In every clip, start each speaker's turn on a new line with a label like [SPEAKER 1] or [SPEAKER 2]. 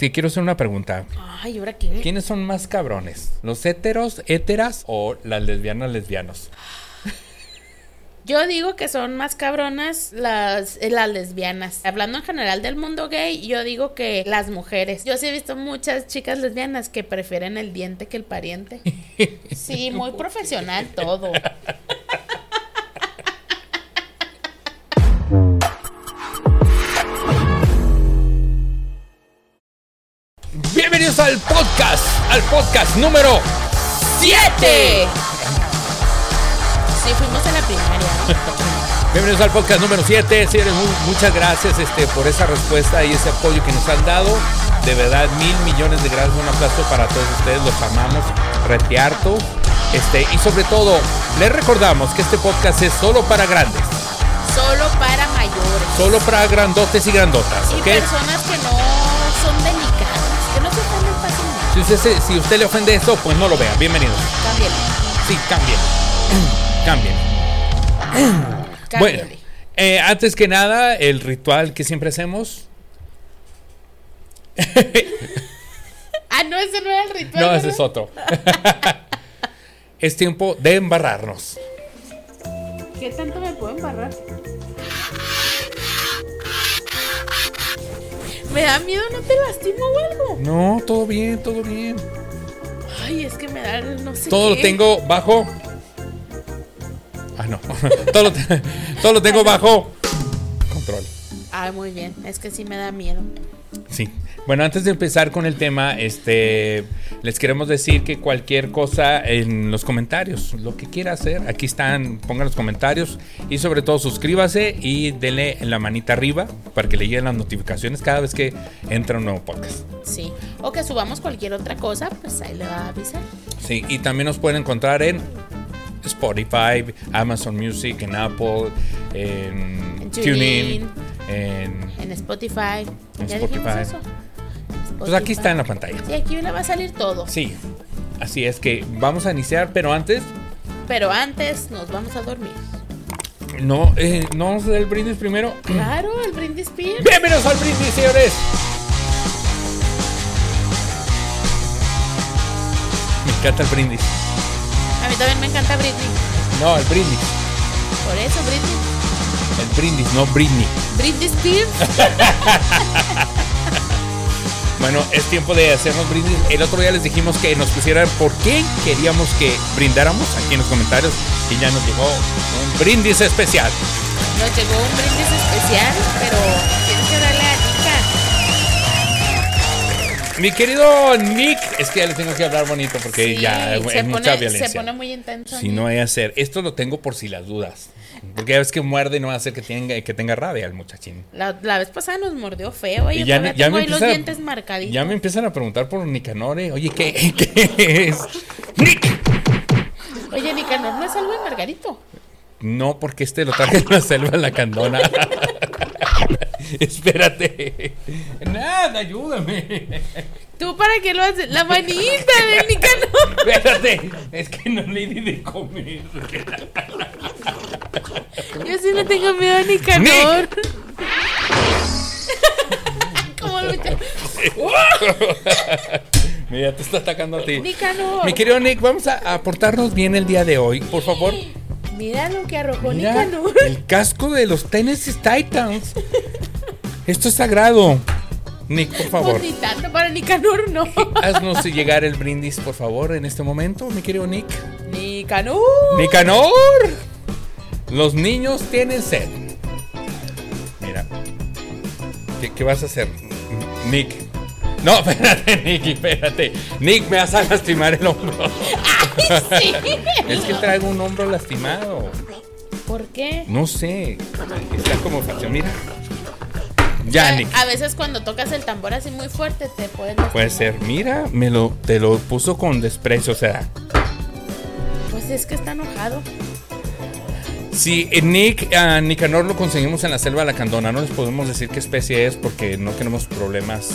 [SPEAKER 1] Te quiero hacer una pregunta.
[SPEAKER 2] Ay, ¿ahora qué?
[SPEAKER 1] ¿Quiénes son más cabrones? ¿Los héteros, héteras o las lesbianas, lesbianos?
[SPEAKER 2] Yo digo que son más cabronas las, eh, las lesbianas. Hablando en general del mundo gay, yo digo que las mujeres. Yo sí he visto muchas chicas lesbianas que prefieren el diente que el pariente. Sí, muy profesional todo.
[SPEAKER 1] Bienvenidos al podcast, al podcast número.
[SPEAKER 2] ¡Siete! Sí, fuimos a la primaria.
[SPEAKER 1] Bienvenidos al podcast número 7. Señores, mu- muchas gracias este, por esa respuesta y ese apoyo que nos han dado. De verdad, mil millones de gracias. Un aplauso para todos ustedes. Los amamos. Retearto. Este, y sobre todo, les recordamos que este podcast es solo para grandes.
[SPEAKER 2] Solo para mayores.
[SPEAKER 1] Solo para grandotes y grandotas.
[SPEAKER 2] Y
[SPEAKER 1] ¿ok?
[SPEAKER 2] personas que no son delicadas, que no se ponen fácilmente.
[SPEAKER 1] Si usted, se- si usted le ofende esto, pues no lo vea. Bienvenidos.
[SPEAKER 2] Cámbiale.
[SPEAKER 1] Sí, cambien. cambien.
[SPEAKER 2] Cámbiale.
[SPEAKER 1] Bueno, eh, antes que nada, el ritual que siempre hacemos.
[SPEAKER 2] Ah, no, ese no era el ritual.
[SPEAKER 1] No, ese
[SPEAKER 2] ¿verdad?
[SPEAKER 1] es otro. es tiempo de embarrarnos.
[SPEAKER 2] ¿Qué tanto me puedo embarrar? Me da miedo, no te lastimo o algo.
[SPEAKER 1] No, todo bien, todo bien.
[SPEAKER 2] Ay, es que me da el no sé
[SPEAKER 1] Todo lo
[SPEAKER 2] qué.
[SPEAKER 1] tengo bajo. Ah, no. todo, lo te- todo lo tengo bajo. Control.
[SPEAKER 2] Ay, Ah, muy bien, es que sí me da miedo.
[SPEAKER 1] Sí. Bueno, antes de empezar con el tema, este, les queremos decir que cualquier cosa en los comentarios, lo que quiera hacer, aquí están, pongan los comentarios y sobre todo suscríbase y denle la manita arriba para que le lleguen las notificaciones cada vez que entra un nuevo podcast.
[SPEAKER 2] Sí. O que subamos cualquier otra cosa, pues ahí le va a avisar.
[SPEAKER 1] Sí, y también nos pueden encontrar en Spotify, Amazon Music, en Apple, en
[SPEAKER 2] En
[SPEAKER 1] TuneIn,
[SPEAKER 2] TuneIn.
[SPEAKER 1] en...
[SPEAKER 2] En Spotify.
[SPEAKER 1] En
[SPEAKER 2] ¿Ya dijimos
[SPEAKER 1] Spotify.
[SPEAKER 2] eso?
[SPEAKER 1] Pues aquí
[SPEAKER 2] Spotify.
[SPEAKER 1] está en la pantalla.
[SPEAKER 2] Sí, aquí le va a salir todo.
[SPEAKER 1] Sí, así es que vamos a iniciar, pero antes
[SPEAKER 2] Pero antes nos vamos a dormir.
[SPEAKER 1] No, eh, no vamos a dar el brindis primero.
[SPEAKER 2] Claro, el brindis beer.
[SPEAKER 1] Bienvenidos al brindis, señores. Me encanta el brindis.
[SPEAKER 2] A mí también me encanta Britney.
[SPEAKER 1] No, el brindis.
[SPEAKER 2] Por eso, Britney.
[SPEAKER 1] El brindis, no Britney.
[SPEAKER 2] Brindis beer.
[SPEAKER 1] Bueno, es tiempo de hacernos brindis. El otro día les dijimos que nos pusieran por qué queríamos que brindáramos aquí en los comentarios. Y ya nos llegó un brindis especial.
[SPEAKER 2] Nos llegó un brindis especial, pero tienes que darle a Nica.
[SPEAKER 1] Mi querido Nick, es que ya le tengo que hablar bonito porque
[SPEAKER 2] Sí,
[SPEAKER 1] ya es
[SPEAKER 2] se
[SPEAKER 1] mucha
[SPEAKER 2] pone,
[SPEAKER 1] violencia.
[SPEAKER 2] Se pone muy intenso.
[SPEAKER 1] Si no hay hacer, esto lo tengo por si las dudas. Porque ya ves que muerde y no va a hacer que tenga, que tenga rabia el muchachín.
[SPEAKER 2] La, la vez pasada nos mordió feo.
[SPEAKER 1] Y
[SPEAKER 2] Y
[SPEAKER 1] ya,
[SPEAKER 2] ya,
[SPEAKER 1] me- ya
[SPEAKER 2] tengo
[SPEAKER 1] me
[SPEAKER 2] ahí los
[SPEAKER 1] empieza-
[SPEAKER 2] dientes marcaditos.
[SPEAKER 1] Ya me empiezan a preguntar por Nicanor, eh. Oye, ¿qué, qué es? ¡Nick!
[SPEAKER 2] Oye, Nicanor, ¿no es algo de Margarito?
[SPEAKER 1] No, porque este lo traje en la selva en la candona. Espérate. Nada, ayúdame.
[SPEAKER 2] ¿Tú para qué lo haces? La manita de Nicanor.
[SPEAKER 1] Espérate. Es que no le di de comer.
[SPEAKER 2] Yo sí le tengo miedo a Nicanor. Como lucha.
[SPEAKER 1] Mira, te está atacando a ti.
[SPEAKER 2] Nicanor.
[SPEAKER 1] Mi querido Nick, vamos a aportarnos bien el día de hoy. Por favor,
[SPEAKER 2] Mira lo que arrojó
[SPEAKER 1] Mira,
[SPEAKER 2] Nicanor.
[SPEAKER 1] el casco de los Tennessee Titans. Esto es sagrado. Nick, por favor.
[SPEAKER 2] Pues ni tanto para Nicanor, no.
[SPEAKER 1] Haznos llegar el brindis, por favor, en este momento, mi querido Nick.
[SPEAKER 2] Nicanor.
[SPEAKER 1] ¡Nicanor! Los niños tienen sed. Mira. ¿Qué, qué vas a hacer? Nick. No, espérate, Nick, espérate. Nick, me vas a lastimar el hombro.
[SPEAKER 2] Sí.
[SPEAKER 1] Es que traigo un hombro lastimado.
[SPEAKER 2] ¿Por qué?
[SPEAKER 1] No sé. Está como facción. Mira. Ya, Nick.
[SPEAKER 2] A veces cuando tocas el tambor así muy fuerte te puedes...
[SPEAKER 1] Puede ser. Mira, me lo, te lo puso con desprecio. O sea,
[SPEAKER 2] Pues es que está enojado.
[SPEAKER 1] si Nick, a Nicanor lo conseguimos en la selva de la Candona, no les podemos decir qué especie es porque no tenemos problemas.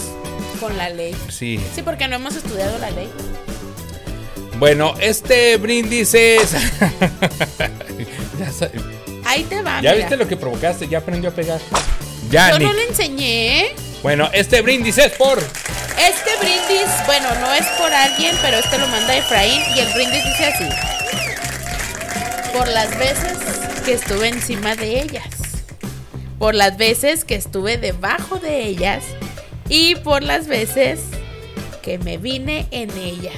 [SPEAKER 2] Con la ley.
[SPEAKER 1] Sí.
[SPEAKER 2] Sí, porque no hemos estudiado la ley.
[SPEAKER 1] Bueno, este brindis es. ya, sa-
[SPEAKER 2] Ahí te va,
[SPEAKER 1] ya
[SPEAKER 2] Ah, mira.
[SPEAKER 1] viste lo que provocaste, ya aprendió a pegar. Ya,
[SPEAKER 2] Yo
[SPEAKER 1] Nick.
[SPEAKER 2] no le enseñé.
[SPEAKER 1] Bueno, este brindis es por.
[SPEAKER 2] Este brindis, bueno, no es por alguien, pero este lo manda Efraín y el brindis dice así. Por las veces que estuve encima de ellas. Por las veces que estuve debajo de ellas. Y por las veces que me vine en ellas.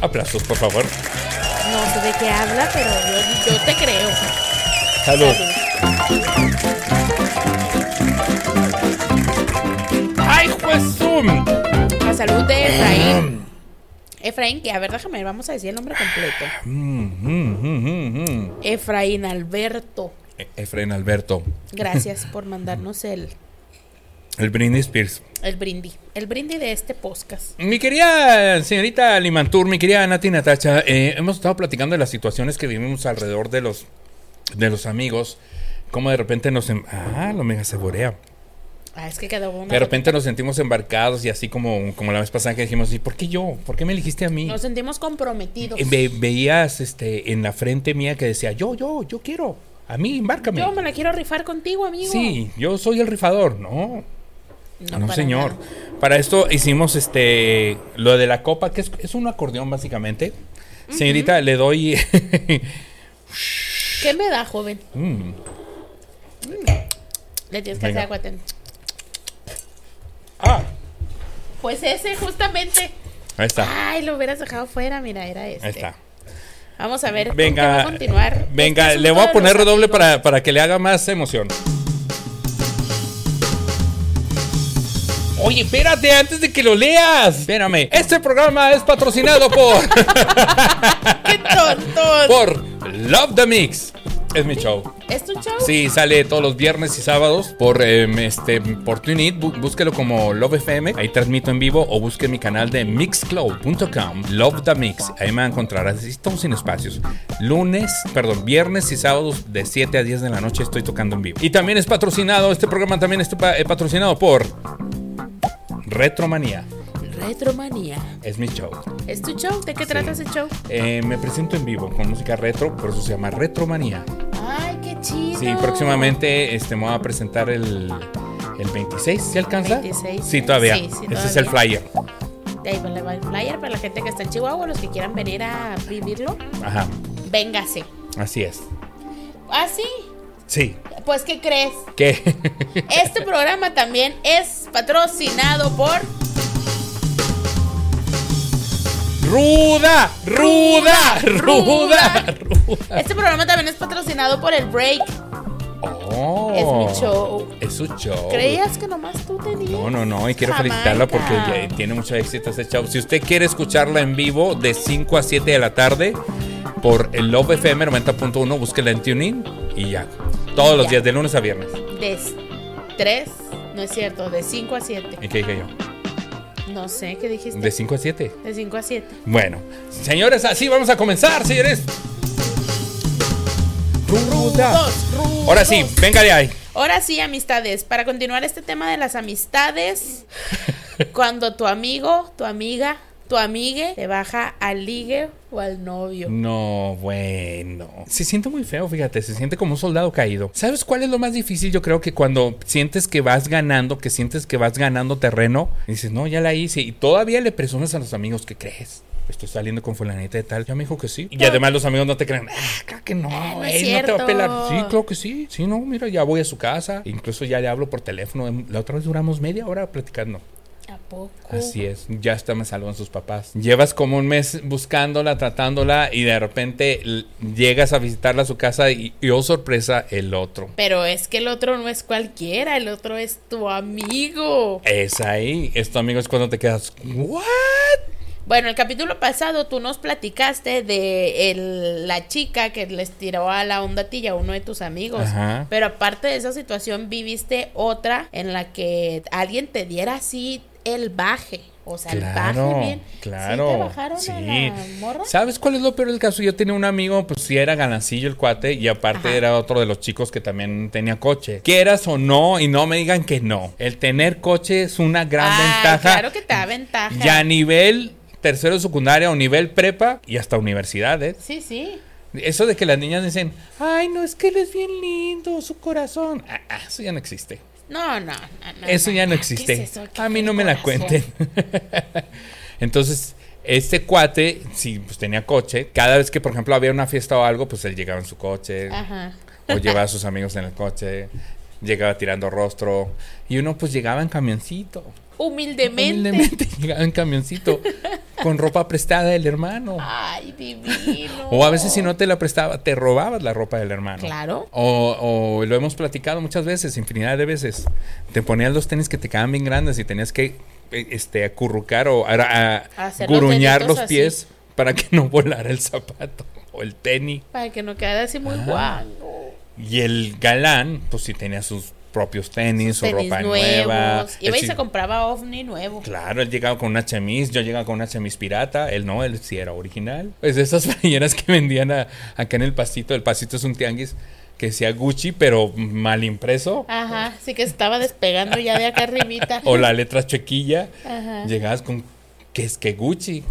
[SPEAKER 1] Aplausos, por favor.
[SPEAKER 2] No sé de qué habla, pero yo, yo te creo.
[SPEAKER 1] Salud.
[SPEAKER 2] Salud.
[SPEAKER 1] ¡Ay, juez! Zoom!
[SPEAKER 2] La salud de
[SPEAKER 1] Em.
[SPEAKER 2] Efraín. Efraín, que a ver, déjame, vamos a decir el nombre completo.
[SPEAKER 1] Mm, mm, mm, mm.
[SPEAKER 2] Efraín Alberto.
[SPEAKER 1] E- Efraín Alberto.
[SPEAKER 2] Gracias por mandarnos el,
[SPEAKER 1] El brindis Pierce.
[SPEAKER 2] el brindis. El brindis de este podcast.
[SPEAKER 1] Mi querida señorita Limantur, mi querida Nati Natacha, eh, hemos estado platicando de las situaciones que vivimos alrededor de los, de los amigos. Cómo de repente nos. em- ah, lo mega saborea.
[SPEAKER 2] Ah, es que quedó una.
[SPEAKER 1] De repente nos sentimos embarcados y así como, como la vez pasada que dijimos, ¿y por qué yo? ¿Por qué me elegiste a mí?
[SPEAKER 2] Nos sentimos comprometidos.
[SPEAKER 1] Eh, ve- veías este, en la frente mía que decía, yo, yo, yo quiero. A mí, embárcame.
[SPEAKER 2] Yo me la quiero rifar contigo, amigo.
[SPEAKER 1] Sí, yo soy el rifador. No, no,
[SPEAKER 2] para
[SPEAKER 1] señor.
[SPEAKER 2] nada.
[SPEAKER 1] Para esto hicimos este lo de la copa, que es, es un acordeón básicamente. Señorita, le doy...
[SPEAKER 2] ¿Qué me da, joven?
[SPEAKER 1] Mm,
[SPEAKER 2] Le tienes que
[SPEAKER 1] Venga.
[SPEAKER 2] hacer aguatén.
[SPEAKER 1] Ah,
[SPEAKER 2] Pues ese, justamente.
[SPEAKER 1] ahí está.
[SPEAKER 2] Ay, lo hubieras dejado fuera, mira, era este.
[SPEAKER 1] Ah. Ahí está.
[SPEAKER 2] Vamos a ver. ¿con qué va
[SPEAKER 1] Venga,
[SPEAKER 2] a continuar.
[SPEAKER 1] venga,
[SPEAKER 2] Este
[SPEAKER 1] le voy a
[SPEAKER 2] asunto de
[SPEAKER 1] poner
[SPEAKER 2] los
[SPEAKER 1] redoble
[SPEAKER 2] amigos.
[SPEAKER 1] para, para que le haga más emoción. Oye, espérate, antes de que lo leas. Espérame. Este programa es patrocinado por,
[SPEAKER 2] ¡Qué tontos!
[SPEAKER 1] por Love the Mix. Es mi show.
[SPEAKER 2] ¿Es tu show?
[SPEAKER 1] Sí, sale todos los viernes y sábados por em, este por TuneIn. Bú- Búsquelo como Love FM. Ahí transmito en vivo o busque mi canal de mixcloud.com. Love the Mix. Ahí me encontrarás. Así Estamos sin espacios. Lunes, perdón, viernes y sábados de 7 a 10 de la noche estoy tocando en vivo. Y también es patrocinado, este programa también es pa- eh, patrocinado por Retromanía.
[SPEAKER 2] Retromanía.
[SPEAKER 1] Es mi show.
[SPEAKER 2] ¿Es tu show? ¿De qué trata ese show?
[SPEAKER 1] Eh, me presento en vivo con música retro, por eso se llama Retromanía.
[SPEAKER 2] Ay, qué chido.
[SPEAKER 1] Sí, próximamente este, me voy a presentar el, el 26, ¿se alcanza?
[SPEAKER 2] 26.
[SPEAKER 1] Sí, todavía.
[SPEAKER 2] Sí, sí,
[SPEAKER 1] Ese es el flyer.
[SPEAKER 2] De ahí le va el flyer para la gente que está en Chihuahua, los que quieran venir a vivirlo.
[SPEAKER 1] Ajá,
[SPEAKER 2] Véngase.
[SPEAKER 1] así es.
[SPEAKER 2] ¿Ah, sí?
[SPEAKER 1] Sí.
[SPEAKER 2] Pues, ¿qué crees?
[SPEAKER 1] ¿Qué?
[SPEAKER 2] Este programa también es patrocinado por
[SPEAKER 1] ¡Ruda! ¡Ruda! ¡Ruda! ¡Ruda!
[SPEAKER 2] Este programa también es patrocinado por el Break.
[SPEAKER 1] Oh,
[SPEAKER 2] Es mi show.
[SPEAKER 1] Es su show.
[SPEAKER 2] ¿Creías que nomás tú tenías?
[SPEAKER 1] No, no, no, y quiero
[SPEAKER 2] Jamaica.
[SPEAKER 1] felicitarla porque ya tiene mucho éxito este show. Si usted quiere escucharla en vivo de 5 a 7 de la tarde por el Love FM 90.1, búsquela en TuneIn y ya. Todos los
[SPEAKER 2] Ya.
[SPEAKER 1] días, de lunes a viernes.
[SPEAKER 2] De 3, no es cierto, de 5 a 7.
[SPEAKER 1] ¿Y qué dije yo?
[SPEAKER 2] No sé, ¿qué dijiste?
[SPEAKER 1] De 5 a 7.
[SPEAKER 2] De 5 a 7.
[SPEAKER 1] Bueno, señores, así vamos a comenzar, señores. Ruda.
[SPEAKER 2] Rudos, rudos.
[SPEAKER 1] Ahora sí, venga de ahí.
[SPEAKER 2] Ahora sí, amistades. Para continuar este tema de las amistades, cuando tu amigo, tu amiga, tu amigue te baja al ligue o al novio.
[SPEAKER 1] Mm. No, bueno. Se siente muy feo, fíjate, se siente como un soldado caído. ¿Sabes cuál es lo más difícil? Yo creo que cuando sientes que vas ganando, que sientes que vas ganando terreno, dices, no, ya la hice. Y todavía le presumes a los amigos que crees. Estoy saliendo con fulanita de tal. Ya me dijo que sí. Y además los amigos no te creen. Ah, claro que no.
[SPEAKER 2] Ah, no es
[SPEAKER 1] ey, no te va a
[SPEAKER 2] cierto.
[SPEAKER 1] pelar. Sí, claro que sí. Sí, no, mira, ya voy a su casa. Incluso ya le hablo por teléfono. Em, La otra vez duramos media hora platicando.
[SPEAKER 2] ¿A poco?
[SPEAKER 1] Así es, ya hasta me salvan sus papás. Llevas como un mes buscándola, tratándola y de repente l- llegas a visitarla a su casa y, y oh sorpresa, el otro.
[SPEAKER 2] Pero es que el otro no es cualquiera, el otro es tu amigo.
[SPEAKER 1] Es ahí, esto amigo es cuando te quedas, ¿what?
[SPEAKER 2] Bueno, el capítulo pasado tú nos platicaste de el- la chica que les tiró a la onda a ti y a uno de tus amigos.
[SPEAKER 1] Ajá.
[SPEAKER 2] Pero aparte de esa situación, viviste otra en la que alguien te diera así el baje. O sea, el
[SPEAKER 1] Claro,
[SPEAKER 2] baje bien.
[SPEAKER 1] claro.
[SPEAKER 2] ¿Sí te bajaron a la
[SPEAKER 1] Sí.
[SPEAKER 2] morra?
[SPEAKER 1] ¿Sabes cuál es lo peor del caso? Yo tenía un amigo, pues sí era ganancillo el cuate y aparte
[SPEAKER 2] Ajá.
[SPEAKER 1] era otro de los chicos que también tenía coche. Quieras o no, y no me digan que no. El tener coche es una gran
[SPEAKER 2] Ay,
[SPEAKER 1] ventaja.
[SPEAKER 2] Claro que te da ventaja.
[SPEAKER 1] Ya a nivel tercero de secundaria o nivel prepa y hasta universidades.
[SPEAKER 2] Sí, sí.
[SPEAKER 1] Eso de que las niñas dicen, ay, no, es que él es bien lindo, su corazón. Ah, ah, eso ya no existe.
[SPEAKER 2] No, no, no. no,
[SPEAKER 1] Eso
[SPEAKER 2] no,
[SPEAKER 1] ya no
[SPEAKER 2] Ah, ¿qué
[SPEAKER 1] existe.
[SPEAKER 2] es eso? ¿Qué
[SPEAKER 1] A mí no me la
[SPEAKER 2] corazón?
[SPEAKER 1] cuenten. Entonces, este cuate, sí, pues tenía coche. Cada vez que, por ejemplo, había una fiesta o algo, pues él llegaba en su coche.
[SPEAKER 2] Ajá.
[SPEAKER 1] O llevaba a sus amigos en el coche. Llegaba tirando rostro. Y uno, pues llegaba en camioncito.
[SPEAKER 2] Humildemente.
[SPEAKER 1] Humildemente llegaba en camioncito. con ropa prestada del hermano.
[SPEAKER 2] Ay, divino.
[SPEAKER 1] O a veces, si no te la prestaba, te robabas la ropa del hermano.
[SPEAKER 2] Claro.
[SPEAKER 1] O, o lo hemos platicado muchas veces, infinidad de veces. Te ponías los tenis que te quedaban bien grandes y tenías que eh, este, acurrucar o a- a-
[SPEAKER 2] Hacer los
[SPEAKER 1] gruñar
[SPEAKER 2] deditos
[SPEAKER 1] los,
[SPEAKER 2] así.
[SPEAKER 1] pies para que no volara el zapato o el tenis.
[SPEAKER 2] Para que no quedara así muy
[SPEAKER 1] Ajá.
[SPEAKER 2] guango.
[SPEAKER 1] Y el galán, pues sí tenía sus propios tenis, su
[SPEAKER 2] Tenis
[SPEAKER 1] ropa
[SPEAKER 2] nuevos.
[SPEAKER 1] nueva.
[SPEAKER 2] Iba
[SPEAKER 1] Él
[SPEAKER 2] y
[SPEAKER 1] sí-
[SPEAKER 2] se compraba ovni nuevo.
[SPEAKER 1] Claro, él llegaba con una chemis, yo llegaba con una chemis pirata, él no, él sí era original. Pues de esas playeras que vendían a- acá en el pasito, el pasito es un tianguis que decía Gucci, pero mal impreso.
[SPEAKER 2] Ajá, sí que estaba despegando ya de acá arribita.
[SPEAKER 1] o la letra chequilla,
[SPEAKER 2] Ajá.
[SPEAKER 1] llegabas con que es que Gucci.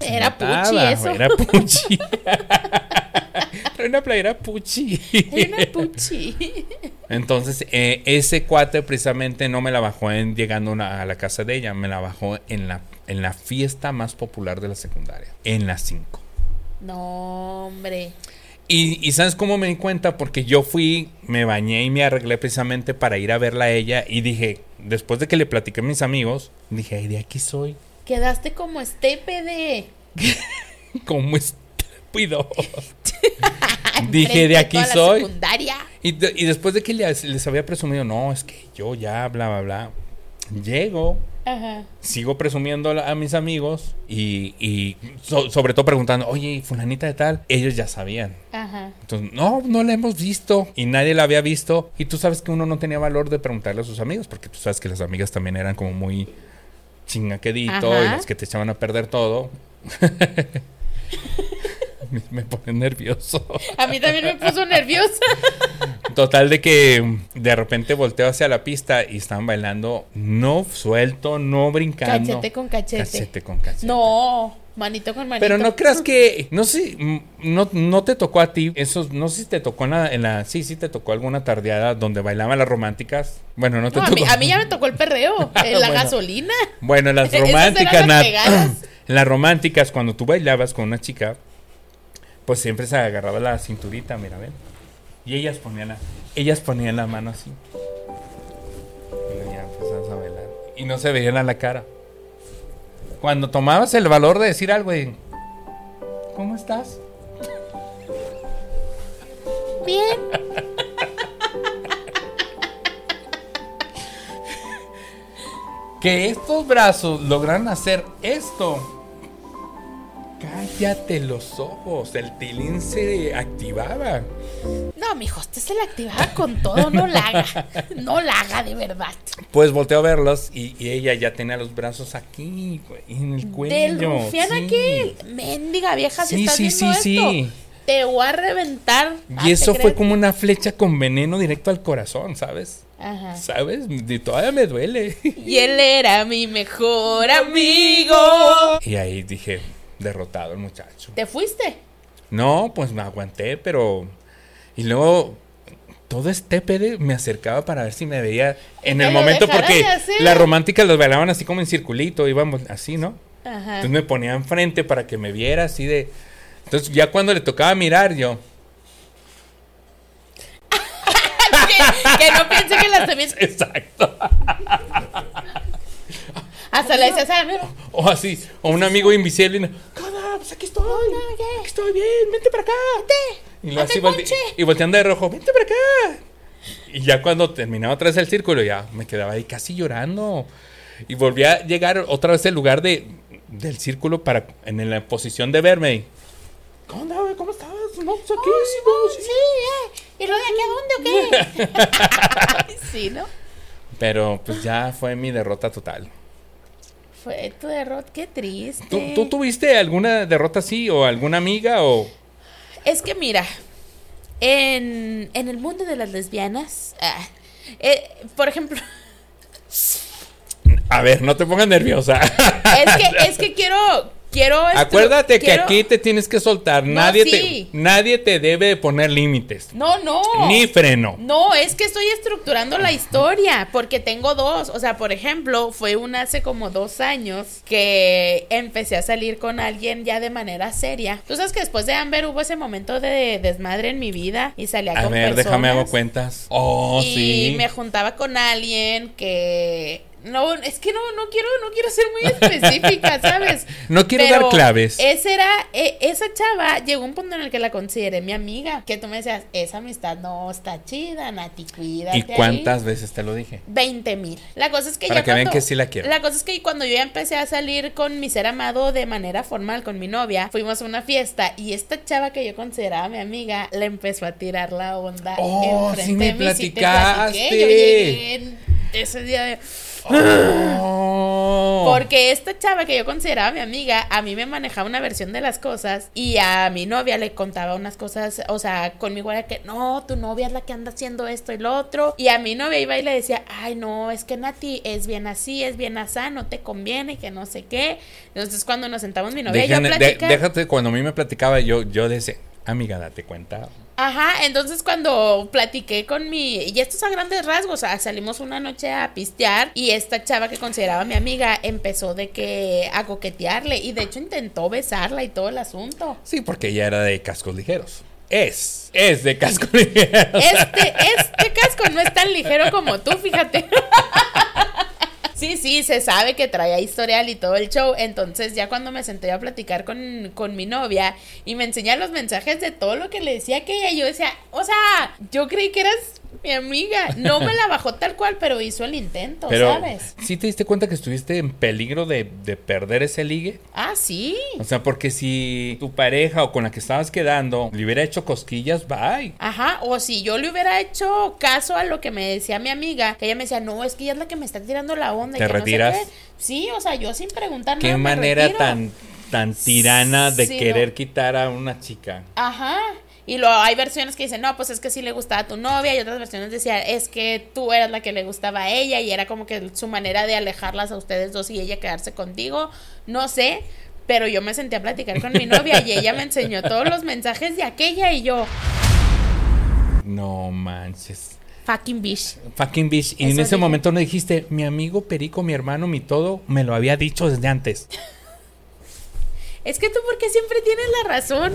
[SPEAKER 2] Era
[SPEAKER 1] Mataba,
[SPEAKER 2] Pucci eso.
[SPEAKER 1] Era Pucci. Era una playera Pucci.
[SPEAKER 2] Hay una puchi.
[SPEAKER 1] Entonces, eh, ese cuate precisamente no me la bajó en llegando a una- a la casa de ella, me la bajó en la, en la fiesta más popular de la secundaria, en las 5.
[SPEAKER 2] No, hombre.
[SPEAKER 1] Y, y sabes cómo me di cuenta, porque yo fui, me bañé y me arreglé precisamente para ir a verla a ella y dije, después de que le platiqué a mis amigos, dije, ay, de aquí soy.
[SPEAKER 2] Quedaste como estepe de.
[SPEAKER 1] como estúpido.
[SPEAKER 2] Ah,
[SPEAKER 1] Dije, de aquí soy.
[SPEAKER 2] secundaria.
[SPEAKER 1] Y, de- y después de que les, les había presumido, no, es que yo ya, bla, bla, bla. Llego,
[SPEAKER 2] Ajá.
[SPEAKER 1] sigo presumiendo a, la- a mis amigos y, y so- sobre todo preguntando, oye, ¿y fulanita de tal, ellos ya sabían.
[SPEAKER 2] Ajá.
[SPEAKER 1] Entonces, no, no la hemos visto y nadie la había visto. Y tú sabes que uno no tenía valor de preguntarle a sus amigos, porque tú sabes que las amigas también eran como muy chingaquedito y
[SPEAKER 2] Ajá.
[SPEAKER 1] las que te echaban a perder todo. Me- Me pone nervioso.
[SPEAKER 2] A mí también me puso nerviosa.
[SPEAKER 1] Total de que de repente volteo hacia la pista y estaban bailando no suelto, no brincando.
[SPEAKER 2] Cachete con cachete.
[SPEAKER 1] Cachete con cachete.
[SPEAKER 2] No, manito con manito.
[SPEAKER 1] Pero no creas que, no sé, mm, no, no te tocó a ti, eso, no sé si te tocó en la, en la- sí, sí te tocó alguna tardeada donde bailaban las románticas. Bueno, no te
[SPEAKER 2] No, a,
[SPEAKER 1] tocó. Ah,
[SPEAKER 2] mí, a mí ya me tocó el perreo, eh, la
[SPEAKER 1] Bueno.
[SPEAKER 2] gasolina.
[SPEAKER 1] Bueno, las
[SPEAKER 2] Esas eran
[SPEAKER 1] románticas,
[SPEAKER 2] las
[SPEAKER 1] Nat.
[SPEAKER 2] pegadas.
[SPEAKER 1] las románticas, cuando tú bailabas con una chica, pues siempre se agarraba la cinturita, mira, ven. Y ellas ponían la, ellas ponían la mano así. Y ya empezabas a bailar. Y no se veían a la cara. Cuando tomabas el valor de decir algo, y, ¿cómo estás?
[SPEAKER 2] Bien.
[SPEAKER 1] que estos brazos logran hacer esto. Cállate los ojos, el tilín se activaba.
[SPEAKER 2] No, mijo, usted se la activaba con todo, no la haga. No la haga de verdad.
[SPEAKER 1] Pues volteó a verlos y, y ella ya tenía los brazos aquí, güey, en el cuello.
[SPEAKER 2] Del rufián
[SPEAKER 1] sí.
[SPEAKER 2] aquel. Mendiga vieja, si
[SPEAKER 1] Sí,
[SPEAKER 2] estás
[SPEAKER 1] sí,
[SPEAKER 2] viendo
[SPEAKER 1] sí,
[SPEAKER 2] esto,
[SPEAKER 1] sí.
[SPEAKER 2] Te voy a reventar. Ah,
[SPEAKER 1] Y
[SPEAKER 2] ¿te
[SPEAKER 1] eso fue
[SPEAKER 2] crees?
[SPEAKER 1] como una flecha con veneno directo al corazón, ¿sabes?
[SPEAKER 2] Ajá.
[SPEAKER 1] ¿Sabes? Y todavía me duele.
[SPEAKER 2] Y él era mi mejor amigo.
[SPEAKER 1] Y ahí dije, derrotado el muchacho.
[SPEAKER 2] ¿Te fuiste?
[SPEAKER 1] No, pues me aguanté, pero. Y luego todo este pede me acercaba para ver si me veía en
[SPEAKER 2] Que
[SPEAKER 1] el
[SPEAKER 2] lo
[SPEAKER 1] momento,
[SPEAKER 2] dejaras
[SPEAKER 1] porque
[SPEAKER 2] de hacer.
[SPEAKER 1] las románticas las bailaban así como en circulito, íbamos así, ¿no?
[SPEAKER 2] Ajá.
[SPEAKER 1] Entonces me ponía enfrente para que me viera así de. Entonces ya cuando le tocaba mirar, yo.
[SPEAKER 2] que, que no piense que las también.
[SPEAKER 1] Exacto.
[SPEAKER 2] Hasta le decías, ah, mira.
[SPEAKER 1] O así, o un amigo invisible. y no, "Cana, pues aquí
[SPEAKER 2] Oh,
[SPEAKER 1] estoy. Aquí estoy bien, vente para acá. Y, luego
[SPEAKER 2] Hazme
[SPEAKER 1] así volte-
[SPEAKER 2] ponche.
[SPEAKER 1] y volteando de rojo, vente para acá. Y ya cuando terminaba otra vez el círculo, ya me quedaba ahí casi llorando. Y volví a llegar otra vez al lugar de, del círculo para en la posición de verme. y, ¿Cómo andaba? ¿Cómo estás? No, pues aquí. no, sí".
[SPEAKER 2] "Oh, Sí, eh. ¿Y lo de aquí a dónde o qué? sí, ¿no?
[SPEAKER 1] Pero pues ya fue mi derrota total.
[SPEAKER 2] Fue tu derrota, qué triste.
[SPEAKER 1] ¿Tú, tú tuviste alguna derrota así o alguna amiga o...?
[SPEAKER 2] Es que mira, en, en el mundo de las lesbianas, ah, eh, por ejemplo,
[SPEAKER 1] A ver, no te pongas nerviosa.
[SPEAKER 2] es que, es que quiero, quiero esto,
[SPEAKER 1] Acuérdate que
[SPEAKER 2] Pues, quiero-
[SPEAKER 1] aquí te tienes que soltar.
[SPEAKER 2] No,
[SPEAKER 1] nadie,
[SPEAKER 2] sí.
[SPEAKER 1] te, nadie te debe poner límites.
[SPEAKER 2] No, no.
[SPEAKER 1] Ni freno.
[SPEAKER 2] No, es que estoy estructurando la historia, porque tengo dos. O sea, por ejemplo, fue un hace como dos años que empecé a salir con alguien ya de manera seria. Tú sabes que después de Amber hubo ese momento de desmadre en mi vida y salía
[SPEAKER 1] A
[SPEAKER 2] con
[SPEAKER 1] ver,
[SPEAKER 2] personas.
[SPEAKER 1] déjame hago cuentas. Oh,
[SPEAKER 2] y
[SPEAKER 1] sí.
[SPEAKER 2] me juntaba con alguien que no es que no no quiero no quiero ser muy específica sabes
[SPEAKER 1] No quiero dar claves.
[SPEAKER 2] ese era e- esa chava llegó un punto en el que la consideré mi amiga que tú me decías esa amistad no está chida Nati cuídate
[SPEAKER 1] ¿Y
[SPEAKER 2] ahí".
[SPEAKER 1] cuántas veces te lo dije?
[SPEAKER 2] 20 mil. La cosa es que
[SPEAKER 1] Para
[SPEAKER 2] ya
[SPEAKER 1] que vean
[SPEAKER 2] cuando-
[SPEAKER 1] que sí la quiero.
[SPEAKER 2] La cosa es que cuando yo ya empecé a salir con mi ser amado de manera formal con mi novia, fuimos a una fiesta y esta chava que yo consideraba mi amiga le empezó a tirar la onda.
[SPEAKER 1] Oh,
[SPEAKER 2] enfrente
[SPEAKER 1] sí me
[SPEAKER 2] de mí, sí te
[SPEAKER 1] platicaste.
[SPEAKER 2] platiqué, yo llegué en ese día de-
[SPEAKER 1] Oh.
[SPEAKER 2] Porque esta chava que yo consideraba mi amiga, a mí me manejaba una versión de las cosas y a mi novia le contaba unas cosas, o sea, conmigo era que no, tu novia es la que anda haciendo esto y lo otro. Y a mi novia iba y le decía, ay, no, es que Nati es bien así, es bien asá, no te conviene, que no sé qué. Entonces, cuando nos sentamos mi novia y yo a
[SPEAKER 1] Déjenme- de-
[SPEAKER 2] platicar-
[SPEAKER 1] déjate, cuando a mí me platicaba, yo, yo decía, amiga, date cuenta.
[SPEAKER 2] Ajá, entonces cuando platiqué con mi... Y esto es a grandes rasgos, o sea, salimos una noche a pistear y esta chava que consideraba mi amiga empezó de que a coquetearle y de hecho intentó besarla y todo el asunto.
[SPEAKER 1] Sí, porque ella era de cascos ligeros. Es, es de cascos ligeros.
[SPEAKER 2] Este, este casco no es tan ligero como tú, fíjate. Sí, sí, se sabe que traía historial y todo el show. Entonces, ya cuando me senté a platicar con, con mi novia y me enseñaba los mensajes de todo lo que le decía a aquella, yo decía, o sea, yo creí que eras mi amiga. No me la bajó tal cual, pero hizo el intento,
[SPEAKER 1] Pero,
[SPEAKER 2] ¿sabes?
[SPEAKER 1] ¿sí te diste cuenta que estuviste en peligro de, de perder ese ligue?
[SPEAKER 2] Ah, sí.
[SPEAKER 1] O sea, porque si tu pareja o con la que estabas quedando le hubiera hecho cosquillas, bye.
[SPEAKER 2] Ajá, o si yo le hubiera hecho caso a lo que me decía mi amiga, que ella me decía, no, es que ella es la que me está tirando la onda. y
[SPEAKER 1] ¿Te
[SPEAKER 2] que no sé
[SPEAKER 1] retiras?
[SPEAKER 2] qué". Sí, o sea, yo sin preguntar
[SPEAKER 1] Qué
[SPEAKER 2] nada. me
[SPEAKER 1] manera
[SPEAKER 2] retiro.
[SPEAKER 1] tan, tan tirana de
[SPEAKER 2] Sí,
[SPEAKER 1] querer
[SPEAKER 2] no.
[SPEAKER 1] quitar a una chica.
[SPEAKER 2] Ajá. Y luego hay versiones que dicen, no, pues es que sí le gustaba a tu novia. Y otras versiones decían, es que tú eras la que le gustaba a ella. Y era como que su manera de alejarlas a ustedes dos y ella quedarse contigo. No sé. Pero yo me senté a platicar con mi novia y ella me enseñó todos los mensajes de aquella. Y yo,
[SPEAKER 1] No manches.
[SPEAKER 2] fucking bitch.
[SPEAKER 1] Fucking bitch. Y en
[SPEAKER 2] Eso
[SPEAKER 1] ese
[SPEAKER 2] dije.
[SPEAKER 1] momento no dijiste, mi amigo Perico, mi hermano, mi todo, me lo había dicho desde antes.
[SPEAKER 2] Es que tú, porque siempre tienes la razón?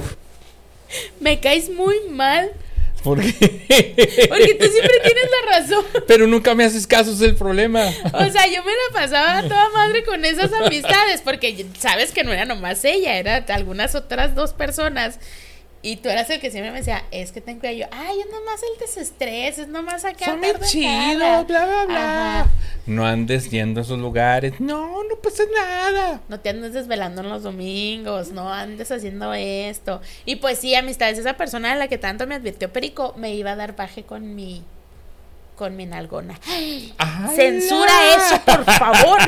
[SPEAKER 2] Me caes muy mal.
[SPEAKER 1] Porque.
[SPEAKER 2] Porque tú siempre tienes la razón.
[SPEAKER 1] Pero nunca me haces caso, es el problema.
[SPEAKER 2] O sea, yo me la pasaba a toda madre con esas amistades, porque sabes que no era nomás ella, era algunas otras dos personas. Y tú eras el que siempre me decía, es que ten cuidado. Yo, ay, es nomás el desestrés, es nomás acá.
[SPEAKER 1] Son muy
[SPEAKER 2] andar de
[SPEAKER 1] chidos,
[SPEAKER 2] cara".
[SPEAKER 1] bla, bla, bla.
[SPEAKER 2] Ajá.
[SPEAKER 1] No andes yendo a esos lugares. No, no pasa nada.
[SPEAKER 2] No te andes desvelando en los domingos, no andes haciendo esto. Y pues sí, amistades, esa persona de la que tanto me advirtió Perico me iba a dar baje con mi. con mi nalgona.
[SPEAKER 1] ¡Ay,
[SPEAKER 2] ¡Censura
[SPEAKER 1] la!
[SPEAKER 2] eso, por favor!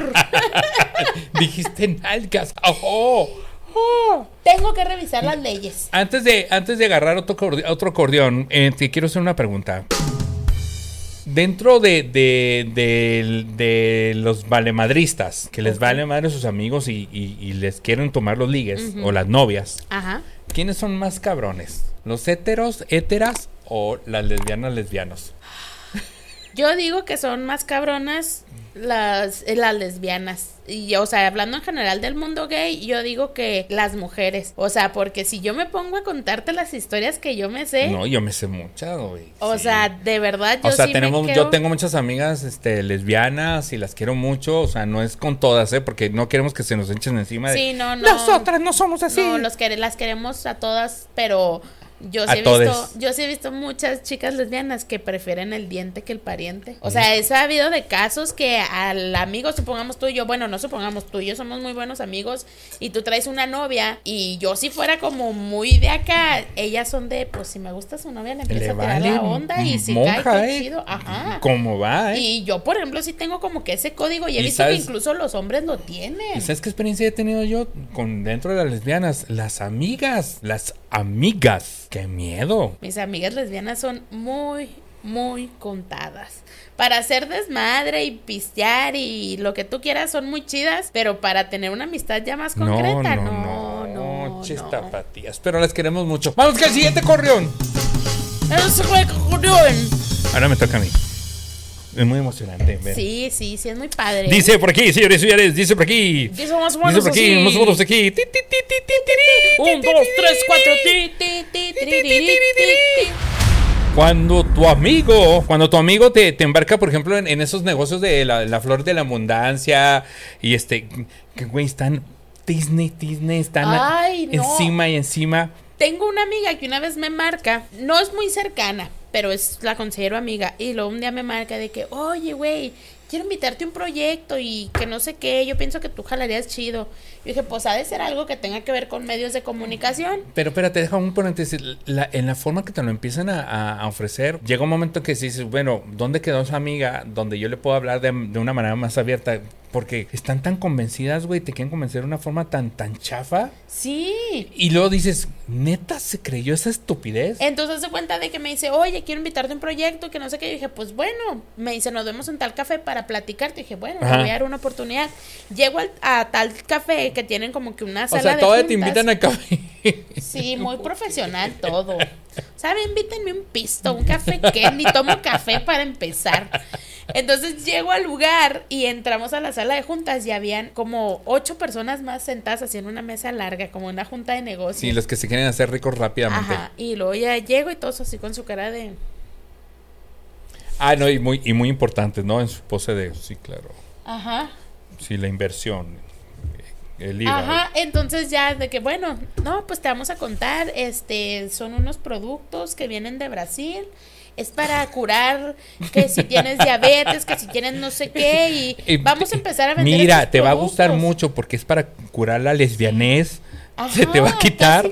[SPEAKER 1] Dijiste nalgas. Ojo.
[SPEAKER 2] Tengo que revisar las leyes.
[SPEAKER 1] Antes de, antes de agarrar otro, acorde- otro acordeón, eh, te quiero hacer una pregunta. Dentro de, de, de- de los valemadristas, que les vale madre sus amigos y, y- y les quieren tomar los ligues o las novias,
[SPEAKER 2] Ajá.
[SPEAKER 1] ¿quiénes son más cabrones? ¿Los héteros, héteras o las lesbianas, lesbianos?
[SPEAKER 2] Yo digo que son más cabronas las, eh, las lesbianas. Y, o sea, hablando en general del mundo gay, yo digo que las mujeres. O sea, porque si yo me pongo a contarte las historias que yo me sé,
[SPEAKER 1] No, yo me sé muchas, güey.
[SPEAKER 2] o
[SPEAKER 1] Sí.
[SPEAKER 2] sea, de verdad yo
[SPEAKER 1] O sea,
[SPEAKER 2] sí me
[SPEAKER 1] tenemos, yo
[SPEAKER 2] quedo-
[SPEAKER 1] tengo muchas amigas este, lesbianas y las quiero mucho. O sea, no es con todas, ¿eh? Porque no queremos que se nos echen encima de.
[SPEAKER 2] Sí, no, no.
[SPEAKER 1] Nosotras no somos así.
[SPEAKER 2] No, los quere- las queremos a todas, pero yo sí,
[SPEAKER 1] A
[SPEAKER 2] he visto,
[SPEAKER 1] todes.
[SPEAKER 2] yo sí he visto muchas chicas lesbianas que prefieren el diente que el pariente. O sea, eso ha habido de casos que al amigo, supongamos tú y yo, bueno, no supongamos tú y yo somos muy buenos amigos y tú traes una novia y yo si fuera como muy de acá, ellas son de, pues si me gusta su novia le empiezo
[SPEAKER 1] Le
[SPEAKER 2] a tirar
[SPEAKER 1] vale
[SPEAKER 2] la onda y si
[SPEAKER 1] monja,
[SPEAKER 2] cae, qué
[SPEAKER 1] ¿eh?
[SPEAKER 2] chido. Ajá.
[SPEAKER 1] ¿Cómo va, eh?
[SPEAKER 2] Y yo, por ejemplo, sí tengo como que ese código y he
[SPEAKER 1] ¿Y
[SPEAKER 2] visto
[SPEAKER 1] sabes-
[SPEAKER 2] que incluso los hombres lo tienen.
[SPEAKER 1] ¿Y sabes qué experiencia he tenido yo con dentro de las lesbianas? Las amigas, las amigas. ¡Qué miedo!
[SPEAKER 2] Mis amigas lesbianas son muy muy contadas. Para hacer desmadre y pistear y lo que tú quieras son muy chidas, pero para tener una amistad ya más concreta, no, no, no. no,
[SPEAKER 1] Chis tapatías, pero las queremos mucho. Vamos que el siguiente corrión.
[SPEAKER 2] ¡Es recorrión!
[SPEAKER 1] Ahora me toca a mí. Es muy emocionante. ver.
[SPEAKER 2] Sí, sí, sí, es muy padre.
[SPEAKER 1] Dice por aquí, señores y señores, dice por aquí.
[SPEAKER 2] Dice más o
[SPEAKER 1] Dice
[SPEAKER 2] menos
[SPEAKER 1] por aquí,
[SPEAKER 2] así.
[SPEAKER 1] nosotros aquí. Ti, ti, ti, ti, ti, ti, ti,
[SPEAKER 2] Un,
[SPEAKER 1] ti,
[SPEAKER 2] dos,
[SPEAKER 1] ti,
[SPEAKER 2] tres,
[SPEAKER 1] ti,
[SPEAKER 2] cuatro.
[SPEAKER 1] ti.
[SPEAKER 2] ti, ti, ti, ti, ti, ti, ti, ti.
[SPEAKER 1] Cuando tu amigo, cuando tu amigo te, te embarca, por ejemplo, en, en esos negocios de la, la flor de la abundancia y este, que güey, están Disney, Disney, están a-
[SPEAKER 2] Ay, no.
[SPEAKER 1] encima y encima.
[SPEAKER 2] Tengo una amiga que una vez me marca, no es muy cercana, pero es la considero amiga. Y luego un día me marca de que, oye, güey, quiero invitarte a un proyecto y que no sé qué, yo pienso que tú jalarías chido. Y dije, pues ha de ser algo que tenga que ver con medios de comunicación.
[SPEAKER 1] Pero espérate, deja un paréntesis. La- en la forma que te lo empiezan a, a- a ofrecer, llega un momento que sí dices, bueno, ¿dónde quedó esa amiga? Donde yo le puedo hablar de, de una manera más abierta. Porque están tan convencidas, güey, te quieren convencer de una forma tan, tan chafa.
[SPEAKER 2] Sí.
[SPEAKER 1] Y luego dices, ¿neta se creyó esa estupidez?
[SPEAKER 2] Entonces se cuenta de que me dice, oye, quiero invitarte a un proyecto, que no sé qué. Yo dije, pues bueno, me dice, nos vemos en tal café para platicarte. Y dije, bueno,
[SPEAKER 1] Ajá.
[SPEAKER 2] te voy a dar una oportunidad. Llego al- a tal café que tienen como que una
[SPEAKER 1] o
[SPEAKER 2] sala
[SPEAKER 1] sea,
[SPEAKER 2] de
[SPEAKER 1] todavía te
[SPEAKER 2] juntas.
[SPEAKER 1] invitan a café.
[SPEAKER 2] Sí, muy profesional todo. O sea, me invítenme un pisto, un café que ni tomo café para empezar. Entonces llego al lugar y entramos a la sala de juntas y habían como ocho personas más sentadas haciendo una mesa larga, como una junta de negocios.
[SPEAKER 1] sí, los que se quieren hacer ricos rápidamente.
[SPEAKER 2] Ajá, y luego ya llego y todos así con su cara de...
[SPEAKER 1] Ah, no, y muy, y muy importante, ¿no? En su pose de, sí, claro.
[SPEAKER 2] Ajá.
[SPEAKER 1] Sí, la inversión. eh, El IVA.
[SPEAKER 2] Ajá, entonces ya de que bueno, no, pues te vamos a contar, este, son unos productos que vienen de Brasil, es para curar que si tienes diabetes, que si tienes no sé qué y
[SPEAKER 1] Eh,
[SPEAKER 2] vamos a empezar a vender
[SPEAKER 1] Mira,
[SPEAKER 2] estos
[SPEAKER 1] te va a gustar
[SPEAKER 2] productos.
[SPEAKER 1] mucho porque es para curar la lesbianez. Se
[SPEAKER 2] Ajá,
[SPEAKER 1] te va a quitar.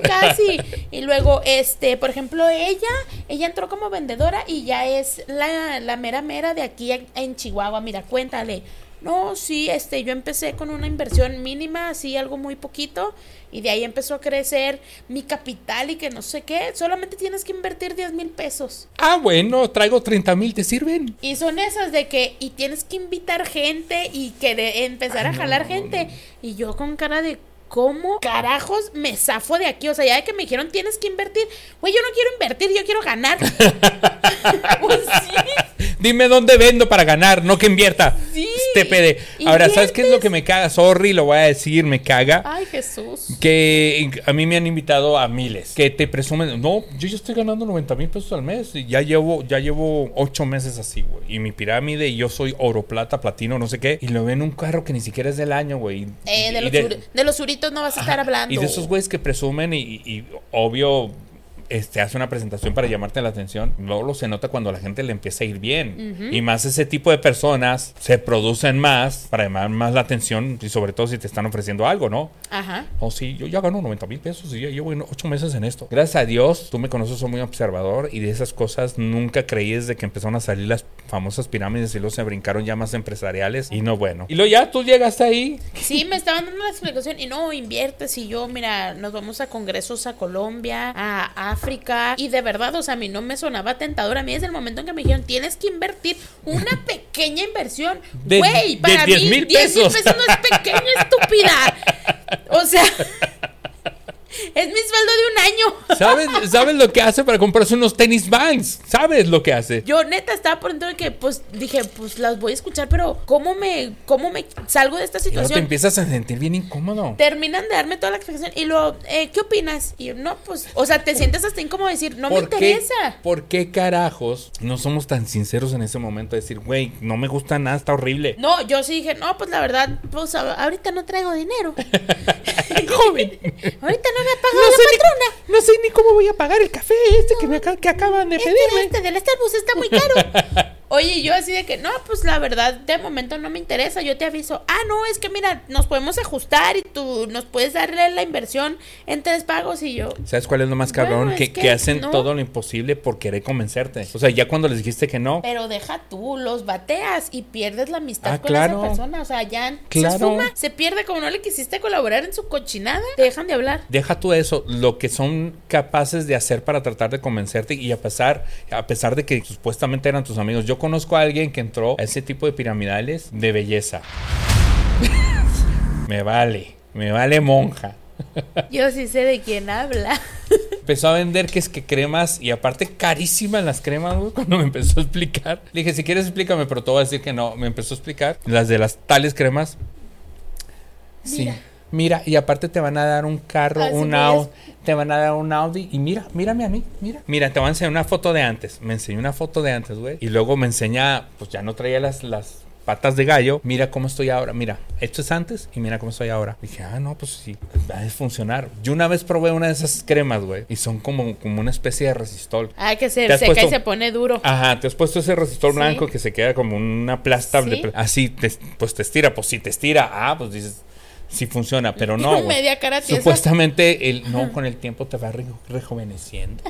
[SPEAKER 2] Casi, casi. Y luego, este, por ejemplo, ella, ella entró como vendedora y ya es la, la mera mera de aquí en, en Chihuahua. Mira, cuéntale. No, sí, este, yo empecé con una inversión mínima, así algo muy poquito, y de ahí empezó a crecer mi capital y que no sé qué. Solamente tienes que invertir 10 mil pesos.
[SPEAKER 1] Ah, bueno, traigo 30 mil, ¿te sirven?
[SPEAKER 2] Y son esas de que, y tienes que invitar gente y que de- empezar
[SPEAKER 1] Ah,
[SPEAKER 2] a jalar gente. Y yo con cara de, ¿cómo carajos me zafo de aquí? O sea, ya de que me dijeron, tienes que invertir. Güey, yo no quiero invertir, yo quiero ganar. pues sí.
[SPEAKER 1] Dime dónde vendo para ganar, no que invierta.
[SPEAKER 2] Sí,
[SPEAKER 1] Este pede. Ahora, ¿sabes qué es lo
[SPEAKER 2] inviertes.
[SPEAKER 1] que me caga? Sorry, lo voy a decir, me caga.
[SPEAKER 2] Ay, Jesús.
[SPEAKER 1] Que a mí me han invitado a miles. Que te presumen, no, yo ya estoy ganando 90 mil pesos al mes. Y ya llevo, ya llevo 8 meses así, güey. Y mi pirámide, y yo soy oro, plata, platino, no sé qué. Y lo ven en un carro que ni siquiera es del año, güey.
[SPEAKER 2] Eh,
[SPEAKER 1] Y-
[SPEAKER 2] de,
[SPEAKER 1] y
[SPEAKER 2] los uri- de los uritos no vas a estar hablando.
[SPEAKER 1] Y de esos güeyes que presumen y, y- y obvio este, hace una presentación para llamarte la atención, luego lo se nota cuando a la gente le empieza a ir bien. Y más ese tipo de personas se producen más para llamar más la atención y sobre todo si te están ofreciendo algo, ¿no?
[SPEAKER 2] Ajá.
[SPEAKER 1] Oh, sí, yo ya gano 90 mil pesos y ya llevo en ocho meses en esto. Gracias a Dios, tú me conoces, soy muy observador y de esas cosas nunca creí desde que empezaron a salir las famosas pirámides y luego se brincaron ya más empresariales y no bueno. Y luego ya tú llegaste ahí.
[SPEAKER 2] Sí, me estaban dando la explicación y no inviertes y yo, mira, nos vamos a congresos a Colombia, a África y de verdad, o sea, a mí no me sonaba tentador, a mí desde el momento en que me dijeron, tienes que invertir una pequeña inversión,
[SPEAKER 1] De-
[SPEAKER 2] güey,
[SPEAKER 1] de
[SPEAKER 2] para
[SPEAKER 1] 10
[SPEAKER 2] mí
[SPEAKER 1] mil
[SPEAKER 2] 10 mil
[SPEAKER 1] pesos.
[SPEAKER 2] pesos no es pequeña, estúpida. O sea, es mi sueldo de un año.
[SPEAKER 1] ¿Sabes, ¿Sabes lo que hace para comprarse unos tenis vans? ¿Sabes lo que hace?
[SPEAKER 2] Yo neta estaba por dentro de que pues dije, pues las voy a escuchar, pero ¿cómo me cómo me salgo de esta
[SPEAKER 1] Y luego
[SPEAKER 2] situación?
[SPEAKER 1] te empiezas a sentir bien incómodo.
[SPEAKER 2] Terminan de darme toda la explicación y luego, eh, ¿qué opinas? Y yo, no, pues, o sea, te sientes hasta incómodo de decir, no me interesa.
[SPEAKER 1] ¿Por qué carajos no somos tan sinceros en ese momento? de Decir, güey, no me gusta nada, está horrible.
[SPEAKER 2] No, yo sí dije, no, pues la verdad, pues a- ahorita no traigo dinero.
[SPEAKER 1] Joven,
[SPEAKER 2] ahorita no me ha pagado
[SPEAKER 1] no
[SPEAKER 2] la
[SPEAKER 1] sé,
[SPEAKER 2] patrona.
[SPEAKER 1] ni, no sé ni cómo voy a pagar el café este que, me aca- que acaban de
[SPEAKER 2] Este,
[SPEAKER 1] pedirme.
[SPEAKER 2] este del Starbucks está muy caro. Oye, yo así de que, no, pues la verdad, de momento no me interesa, yo te aviso, ah, no, es que mira, nos podemos ajustar y tú nos puedes darle la inversión en tres pagos y yo,
[SPEAKER 1] ¿Sabes cuál es lo más cabrón?
[SPEAKER 2] Bueno, es
[SPEAKER 1] que,
[SPEAKER 2] que
[SPEAKER 1] que hacen
[SPEAKER 2] no.
[SPEAKER 1] todo lo imposible por querer convencerte. O sea, ya cuando les dijiste que no,
[SPEAKER 2] pero deja tú, los bateas y pierdes la amistad
[SPEAKER 1] Ah,
[SPEAKER 2] con
[SPEAKER 1] claro.
[SPEAKER 2] esa persona, o sea, ya
[SPEAKER 1] Claro.
[SPEAKER 2] se esfuma, se pierde como no le quisiste colaborar en su cochinada, te dejan de hablar.
[SPEAKER 1] deja tú eso, lo que son capaces de hacer para tratar de convencerte y a pesar, a pesar de que supuestamente eran tus amigos. Yo conozco a alguien que entró a ese tipo de piramidales de belleza. me vale, me vale monja.
[SPEAKER 2] Yo sí sé de quién habla.
[SPEAKER 1] Empezó a vender que es que cremas y aparte carísimas las cremas, güey, cuando me empezó a explicar. Le dije, si quieres explícame, pero te voy a decir que no. Me empezó a explicar las de las tales cremas. Sí. Mira.
[SPEAKER 2] Mira.
[SPEAKER 1] y aparte te van a dar un carro,
[SPEAKER 2] Ah, sí,
[SPEAKER 1] un
[SPEAKER 2] pues.
[SPEAKER 1] Audi, te van a dar un Audi y mira, mírame a mí, mira. Mira, te voy a enseñar una foto de antes. Me enseñó una foto de antes, güey. Y luego me enseña, pues ya no traía las, las patas de gallo. Mira cómo estoy ahora, mira, esto es antes y mira cómo estoy ahora. Dije, ah, no, pues sí, va a funcionar. Yo una vez probé una de esas cremas, güey, y son como, como una especie de resistol.
[SPEAKER 2] Ah, que se
[SPEAKER 1] ¿Te has
[SPEAKER 2] seca
[SPEAKER 1] puesto- Ah,
[SPEAKER 2] y se pone duro.
[SPEAKER 1] Ajá, te has puesto ese resistor
[SPEAKER 2] Sí.
[SPEAKER 1] blanco que se queda como una plasta,
[SPEAKER 2] Sí.
[SPEAKER 1] de pl- así, te- pues te estira, pues si te estira, ah, pues dices, si funciona, pero no. güey.
[SPEAKER 2] Media cara tiesa.
[SPEAKER 1] Supuestamente, el, no, con el tiempo te va reju- rejuveneciendo.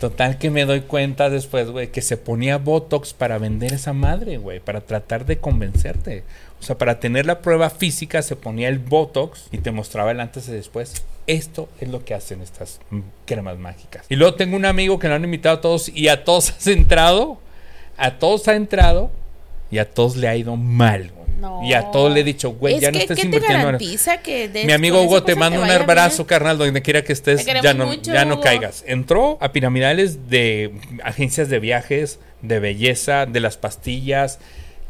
[SPEAKER 1] Total que me doy cuenta después, güey, que se ponía Botox para vender esa madre, güey, para tratar de convencerte. O sea, para tener la prueba física se ponía el Botox y te mostraba el antes y después. Esto es lo que hacen estas mm, cremas mágicas. Y luego tengo un amigo que lo han invitado a todos y a todos has entrado, a todos ha entrado y a todos le ha ido mal, güey.
[SPEAKER 2] No.
[SPEAKER 1] Y a todos le he dicho, güey,
[SPEAKER 2] Es
[SPEAKER 1] ya no
[SPEAKER 2] que,
[SPEAKER 1] estés
[SPEAKER 2] ¿qué te
[SPEAKER 1] invirtiendo en-
[SPEAKER 2] garantiza que de-
[SPEAKER 1] mi amigo
[SPEAKER 2] con
[SPEAKER 1] Hugo
[SPEAKER 2] esa
[SPEAKER 1] te
[SPEAKER 2] cosa
[SPEAKER 1] mando un
[SPEAKER 2] vaya
[SPEAKER 1] abrazo,
[SPEAKER 2] bien?
[SPEAKER 1] carnal, donde quiera que estés,
[SPEAKER 2] Te
[SPEAKER 1] ya
[SPEAKER 2] queremos
[SPEAKER 1] no,
[SPEAKER 2] mucho,
[SPEAKER 1] ya no
[SPEAKER 2] Hugo.
[SPEAKER 1] caigas. Entró a piramidales de agencias de viajes, de belleza, de las pastillas,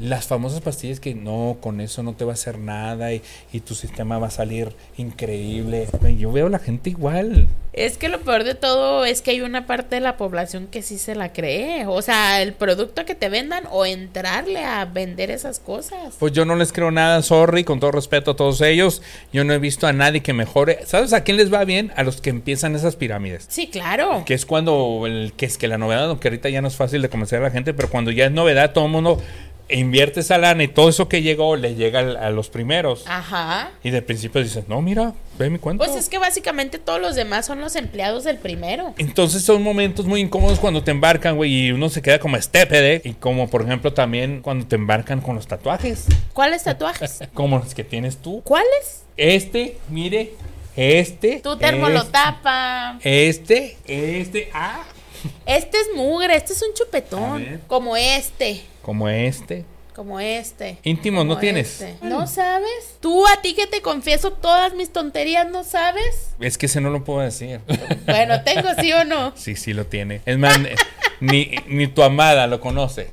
[SPEAKER 1] las famosas pastillas que no, con eso no te va a hacer nada y, y tu sistema va a salir increíble. Güey, Yo veo a la gente igual.
[SPEAKER 2] Es que lo peor de todo es que hay una parte de la población que sí se la cree. O sea, el producto que te vendan o entrarle a vender esas cosas.
[SPEAKER 1] Pues yo no les creo nada, sorry, con todo respeto a todos ellos. Yo no he visto a nadie que mejore. ¿Sabes a quién les va bien? A los que empiezan esas pirámides.
[SPEAKER 2] Sí, claro.
[SPEAKER 1] que es cuando el que es que la novedad, aunque ahorita ya no es fácil de convencer a la gente, pero cuando ya es novedad, todo el mundo invierte esa lana y todo eso que llegó le llega al- a los primeros.
[SPEAKER 2] Ajá.
[SPEAKER 1] Y de principio dices, no, mira, ve mi cuenta.
[SPEAKER 2] Ah. Pues es que básicamente todos los demás son los empleados del primero.
[SPEAKER 1] Entonces son momentos muy incómodos cuando te embarcan, güey, y uno se queda como estépede. Y como, por ejemplo, también cuando te embarcan con los tatuajes,
[SPEAKER 2] ¿Cuáles tatuajes?
[SPEAKER 1] como los que tienes tú.
[SPEAKER 2] ¿Cuáles?
[SPEAKER 1] Este, mire, este.
[SPEAKER 2] Tu termo lo tapa.
[SPEAKER 1] Este, este, ah,
[SPEAKER 2] Este es mugre, este es un
[SPEAKER 1] A ver.
[SPEAKER 2] chupetón. Como este.
[SPEAKER 1] como este.
[SPEAKER 2] Como este.
[SPEAKER 1] Íntimos, ¿no
[SPEAKER 2] como
[SPEAKER 1] tienes?
[SPEAKER 2] este. ¿No sabes? Tú a ti que te confieso todas mis tonterías, ¿no sabes?
[SPEAKER 1] Es que ese no lo puedo decir.
[SPEAKER 2] Bueno, tengo sí o no.
[SPEAKER 1] Sí, sí lo tiene. Es más, eh, ni, ni tu amada lo conoce.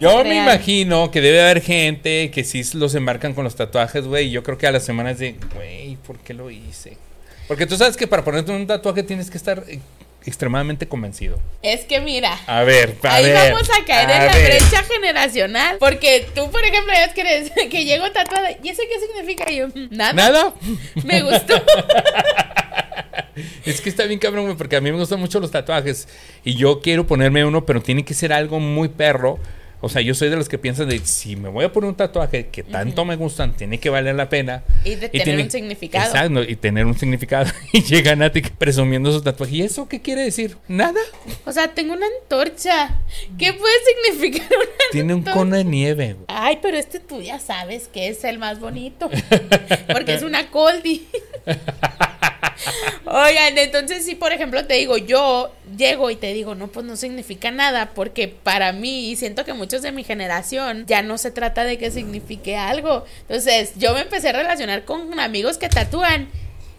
[SPEAKER 1] Yo me
[SPEAKER 2] Real.
[SPEAKER 1] imagino que debe haber gente que sí los embarcan con los tatuajes, güey. y Yo creo que a las semanas de, güey, ¿por qué lo hice? Porque tú sabes que para ponerte un tatuaje tienes que estar eh, extremadamente convencido.
[SPEAKER 2] Es que mira.
[SPEAKER 1] A ver, a
[SPEAKER 2] Ahí
[SPEAKER 1] ver,
[SPEAKER 2] vamos a caer en la
[SPEAKER 1] ver.
[SPEAKER 2] brecha generacional. Porque tú, por ejemplo, ya ves que, eres- que llego tatuada. ¿Y eso qué significa? Y yo, "Mm, nada.
[SPEAKER 1] Nada.
[SPEAKER 2] Me gustó.
[SPEAKER 1] Es que está bien cabrón, güey, porque a mí me gustan mucho los tatuajes. Y yo quiero ponerme uno, pero tiene que ser algo muy perro. O sea, yo soy de los que piensan de si me voy a poner un tatuaje que tanto me gustan, tiene que valer la pena.
[SPEAKER 2] Y de tener un significado.
[SPEAKER 1] Exacto, y tener un significado. Y llega Nati presumiendo su tatuaje. ¿Y eso qué quiere decir? Nada.
[SPEAKER 2] O sea, tengo una antorcha. ¿Qué puede significar una antorcha?
[SPEAKER 1] Tiene un cono de nieve, güey.
[SPEAKER 2] Ay, pero este tú ya sabes que es el más bonito. Porque es una coldi. Oigan, entonces si por ejemplo te digo, yo llego y te digo, no, pues no significa nada, porque para mí, y siento que muchos de mi generación, ya no se trata de que signifique algo. Entonces, yo me empecé a relacionar con amigos que tatúan.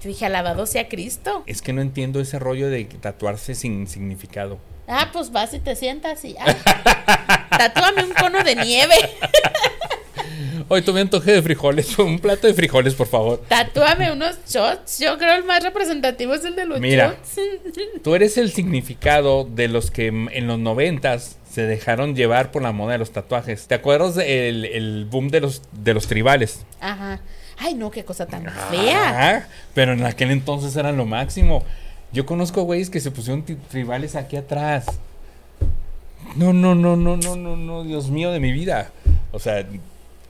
[SPEAKER 2] Yo dije, alabado sea Cristo.
[SPEAKER 1] Es que no entiendo ese rollo de tatuarse sin significado.
[SPEAKER 2] Ah, pues vas y te sientas y... Ah, tatúame un cono de nieve.
[SPEAKER 1] Hoy tomé un toque de frijoles, un plato de frijoles, por favor.
[SPEAKER 2] Tatúame unos shots. Yo creo el más representativo es el de los
[SPEAKER 1] Mira.
[SPEAKER 2] shots.
[SPEAKER 1] Tú eres el significado de los que mm, en los noventas se dejaron llevar por la moda de los tatuajes. ¿Te acuerdas del el boom de los, de los tribales?
[SPEAKER 2] Ajá. Ay, no, qué cosa tan fea.
[SPEAKER 1] Ah, pero en aquel entonces eran lo máximo. Yo conozco güeyes que se pusieron ti- tribales aquí atrás. No, no, no, no, no, no, no, Dios mío de mi vida. O sea,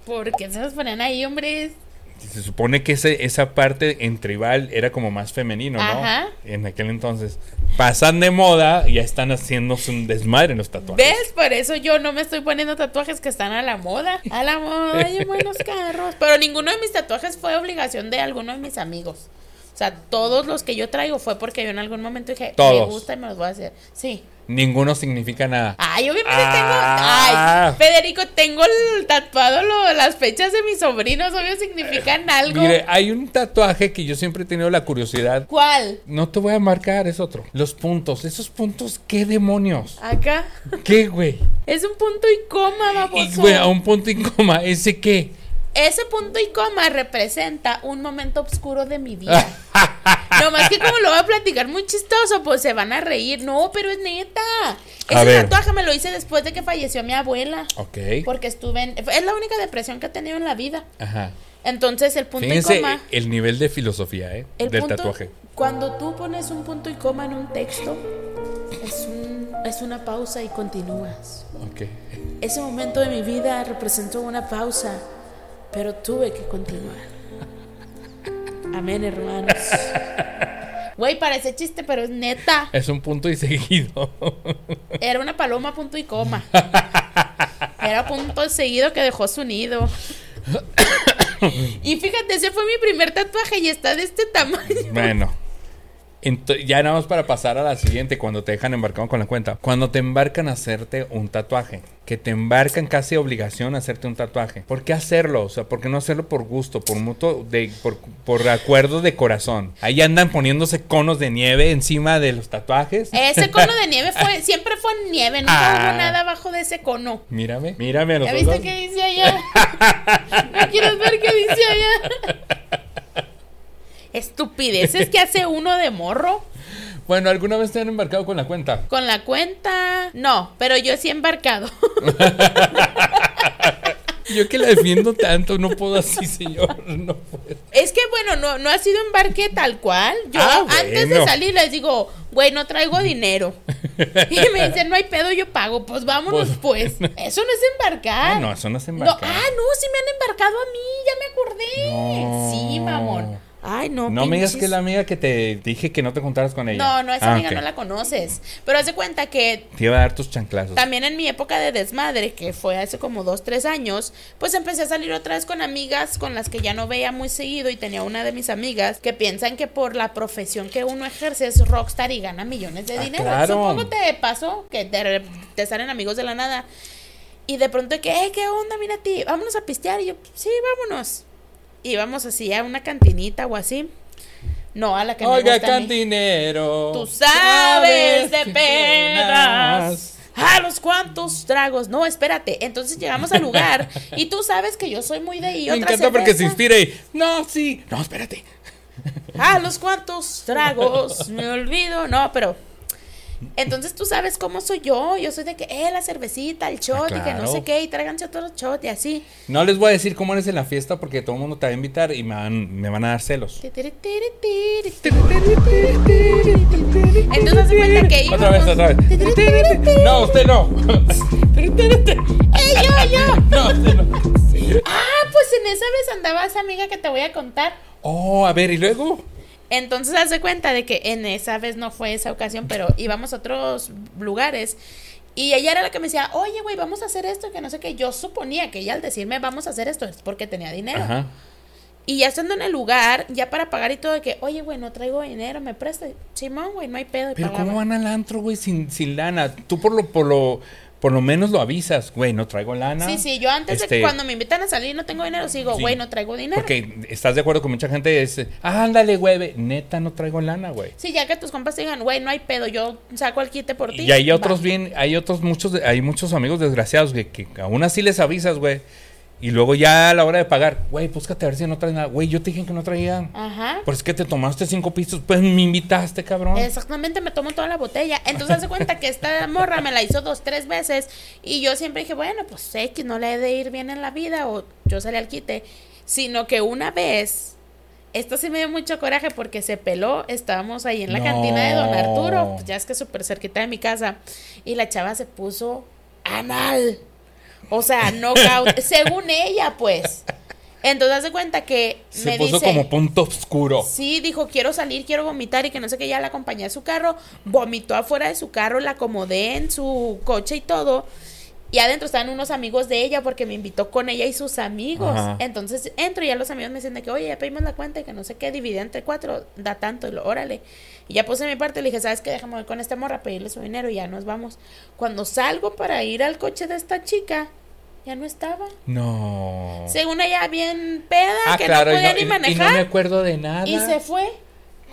[SPEAKER 2] ¿Por qué se los ponen ahí, hombres?
[SPEAKER 1] se supone que ese- esa parte en tribal era como más femenino, ¿no?
[SPEAKER 2] Ajá.
[SPEAKER 1] En aquel entonces. Pasan de moda y ya están haciéndose un desmadre en los tatuajes.
[SPEAKER 2] ¿Ves? Por eso yo no me estoy poniendo tatuajes que están a la moda. A la moda, hay buenos carros. Pero ninguno de mis tatuajes fue obligación de alguno de mis amigos. O sea, todos los que yo traigo fue porque yo en algún momento dije,
[SPEAKER 1] Todos.
[SPEAKER 2] me gusta y me los voy a hacer. Sí.
[SPEAKER 1] Ninguno significa nada.
[SPEAKER 2] Ay, obviamente
[SPEAKER 1] Ah.
[SPEAKER 2] tengo. Ay, Federico, tengo el tatuado lo- las fechas de mis sobrinos. Obvio significan algo.
[SPEAKER 1] Eh, Mire, hay un tatuaje que yo siempre he tenido la curiosidad.
[SPEAKER 2] ¿Cuál?
[SPEAKER 1] No te voy a marcar, es otro. Los puntos. Esos puntos, ¿qué demonios?
[SPEAKER 2] Acá.
[SPEAKER 1] ¿Qué, güey?
[SPEAKER 2] Es un punto y coma,
[SPEAKER 1] Y,
[SPEAKER 2] baboso.
[SPEAKER 1] güey, a un punto y coma, ¿ese qué?
[SPEAKER 2] Ese punto y coma representa un momento oscuro de mi vida.
[SPEAKER 1] Ah,
[SPEAKER 2] No más que como lo voy a platicar muy chistoso, pues se van a reír. No, pero es neta.
[SPEAKER 1] A
[SPEAKER 2] Ese
[SPEAKER 1] ver.
[SPEAKER 2] tatuaje me lo hice después de que falleció mi abuela.
[SPEAKER 1] Ok.
[SPEAKER 2] Porque estuve en... Es la única depresión que he tenido en la vida.
[SPEAKER 1] Ajá.
[SPEAKER 2] Entonces el punto y
[SPEAKER 1] Fíjense
[SPEAKER 2] coma...
[SPEAKER 1] el nivel de filosofía, ¿eh?
[SPEAKER 2] El
[SPEAKER 1] Del
[SPEAKER 2] punto-
[SPEAKER 1] tatuaje.
[SPEAKER 2] Cuando tú pones un punto y coma en un texto, es, un- es una pausa y continúas.
[SPEAKER 1] Ok.
[SPEAKER 2] Ese momento de mi vida representó una pausa, pero tuve que continuar. Amén, hermanos. Güey, parece chiste, pero es neta.
[SPEAKER 1] Es un punto y seguido.
[SPEAKER 2] Era una paloma punto y coma. Era punto seguido que dejó su nido. Y fíjate, ese fue mi primer tatuaje y está de este tamaño.
[SPEAKER 1] Bueno. Ento- ya nada más para pasar a la siguiente, cuando te dejan embarcado con la cuenta. Cuando te embarcan a hacerte un tatuaje, que te embarcan casi obligación a hacerte un tatuaje. ¿Por qué hacerlo? O sea, ¿por qué no hacerlo por gusto, por mutuo, de, por, por acuerdo de corazón? Ahí andan poniéndose conos de nieve encima de los tatuajes.
[SPEAKER 2] Ese cono de nieve fue, siempre fue nieve, nunca
[SPEAKER 1] Ah.
[SPEAKER 2] hubo nada abajo de ese cono.
[SPEAKER 1] Mírame, mírame a los
[SPEAKER 2] ¿Ya
[SPEAKER 1] ojos.
[SPEAKER 2] viste qué dice allá? ¿No quieres ver qué dice allá? Estupideces que hace uno de morro
[SPEAKER 1] Bueno, ¿alguna vez te han embarcado con la cuenta?
[SPEAKER 2] con la cuenta. No, pero yo sí he embarcado.
[SPEAKER 1] Yo que la defiendo tanto, no puedo así, señor. No puedo.
[SPEAKER 2] Es que bueno, no, no ha sido embarque tal cual. Yo
[SPEAKER 1] Ah,
[SPEAKER 2] antes de
[SPEAKER 1] bueno.
[SPEAKER 2] salir les digo, güey, no traigo dinero. Y me dicen, no hay pedo, yo pago. Pues vámonos pues. Eso no es embarcar.
[SPEAKER 1] Ah, no, eso no es
[SPEAKER 2] No,
[SPEAKER 1] embarcar.
[SPEAKER 2] ah, no, sí me han embarcado a mí, ya me acordé.
[SPEAKER 1] No.
[SPEAKER 2] Sí, mamón. Ay, no.
[SPEAKER 1] No me digas
[SPEAKER 2] pinches.
[SPEAKER 1] que la amiga que te dije que no te juntaras con ella.
[SPEAKER 2] No, no, esa
[SPEAKER 1] Ah,
[SPEAKER 2] amiga
[SPEAKER 1] ok.
[SPEAKER 2] no la conoces. Pero hace cuenta que
[SPEAKER 1] Te iba a dar tus chanclazos.
[SPEAKER 2] también en mi época de desmadre, que fue hace como dos, tres años, pues empecé a salir otra vez con amigas con las que ya no veía muy seguido y tenía una de mis amigas que piensan que por la profesión que uno ejerce es rockstar y gana millones de
[SPEAKER 1] Ah,
[SPEAKER 2] dinero.
[SPEAKER 1] claro.
[SPEAKER 2] Supongo te pasó que te, te salen amigos de la nada y de pronto que, "Eh, ¿qué onda? Mira a ti, vámonos a pistear. Y yo, sí, vámonos. Íbamos así a una cantinita o así. No, a la que me
[SPEAKER 1] Oiga,
[SPEAKER 2] gusta a mí.
[SPEAKER 1] cantinero.
[SPEAKER 2] Tú sabes de
[SPEAKER 1] que
[SPEAKER 2] penas. A los cuantos tragos. No, espérate. Entonces llegamos al lugar y tú sabes que yo soy muy de ahí.
[SPEAKER 1] Me encanta porque se inspira y. No, sí. No, espérate.
[SPEAKER 2] A los cuantos tragos. Me olvido. No, pero. Entonces tú sabes cómo soy yo. Yo soy de que, eh, la cervecita, el shot y que no
[SPEAKER 1] claro.
[SPEAKER 2] sé qué. Y tráiganse otro shot y así.
[SPEAKER 1] No les voy a decir cómo eres en la fiesta porque todo el mundo te va a invitar y me van, me van a dar celos.
[SPEAKER 2] Ti, tiri, tiri, tiri, tiri. Entonces haz de cuenta que íbamos.
[SPEAKER 1] Otra vez, otra vez.
[SPEAKER 2] Ti, tiri, tiri, tiri.
[SPEAKER 1] No, usted no.
[SPEAKER 2] ¡Ey, yo, yo!
[SPEAKER 1] No, usted no.
[SPEAKER 2] Ah, pues en esa vez andaba esa amiga que te voy a contar.
[SPEAKER 1] Oh, a ver, y luego.
[SPEAKER 2] Entonces haz de cuenta de que en esa vez no fue esa ocasión, pero íbamos a otros lugares. Y ella era la que me decía, oye, güey, vamos a hacer esto, que no sé qué. Yo suponía que ella al decirme, vamos a hacer esto, es porque tenía dinero.
[SPEAKER 1] Ajá.
[SPEAKER 2] Y ya estando en el lugar, ya para pagar y todo, de que, oye, güey, no traigo dinero, me presta. Simón, güey, no hay pedo. Y
[SPEAKER 1] Pero
[SPEAKER 2] pagaba.
[SPEAKER 1] ¿cómo van al antro, güey, sin, sin lana? Tú por lo, por lo, por lo menos lo avisas, güey, no traigo lana.
[SPEAKER 2] Sí, sí, yo antes de
[SPEAKER 1] Este,
[SPEAKER 2] que cuando me invitan a salir no tengo dinero, sigo,
[SPEAKER 1] Sí.
[SPEAKER 2] güey, no traigo dinero.
[SPEAKER 1] Porque estás de acuerdo con mucha gente, es, ah, ándale, güey, ve, neta, no traigo lana, güey.
[SPEAKER 2] Sí, ya que tus compas te digan, güey, no hay pedo, yo saco el quite por ti.
[SPEAKER 1] Y hay
[SPEAKER 2] va.
[SPEAKER 1] otros bien, hay otros muchos, hay muchos amigos desgraciados güey, que, aún así les avisas, güey. Y luego ya a la hora de pagar, güey, búscate a ver si no traes nada. Güey, yo te dije que no traía.
[SPEAKER 2] Ajá.
[SPEAKER 1] Pues es que te tomaste cinco pisos, pues me invitaste, cabrón.
[SPEAKER 2] Exactamente, me tomo toda la botella. Entonces hace cuenta que esta morra me la hizo dos, tres veces. Y yo siempre dije, bueno, pues X, no le he de ir bien en la vida. O yo salí al quite. Sino que una vez, esto sí me dio mucho coraje porque se peló. Estábamos ahí en la
[SPEAKER 1] No.
[SPEAKER 2] cantina de Don Arturo. pues ya es que es súper cerquita de mi casa. Y la chava se puso anal. O sea, knockout. según ella, pues. Entonces hace cuenta que
[SPEAKER 1] Se
[SPEAKER 2] me
[SPEAKER 1] puso
[SPEAKER 2] dice.
[SPEAKER 1] como punto oscuro.
[SPEAKER 2] Sí, dijo, quiero salir, quiero vomitar y que no sé qué, ya la acompañé a su carro, vomitó afuera de su carro, la acomodé en su coche y todo. Y adentro estaban unos amigos de ella porque me invitó con ella y sus amigos.
[SPEAKER 1] Ajá.
[SPEAKER 2] Entonces entro y ya los amigos me dicen de que, oye, ya pedimos la cuenta y que no sé qué, dividida entre cuatro, da tanto, y lo, órale. Y ya puse mi parte, le dije, ¿sabes qué? Déjame ir con esta morra, a pedirle su dinero y ya nos vamos. Cuando salgo para ir al coche de esta chica, ya no estaba.
[SPEAKER 1] No.
[SPEAKER 2] Según ella, bien peda, que no
[SPEAKER 1] Oh. Ah, y
[SPEAKER 2] podía ni
[SPEAKER 1] y- y no
[SPEAKER 2] manejar.
[SPEAKER 1] me acuerdo de nada.
[SPEAKER 2] y se fue.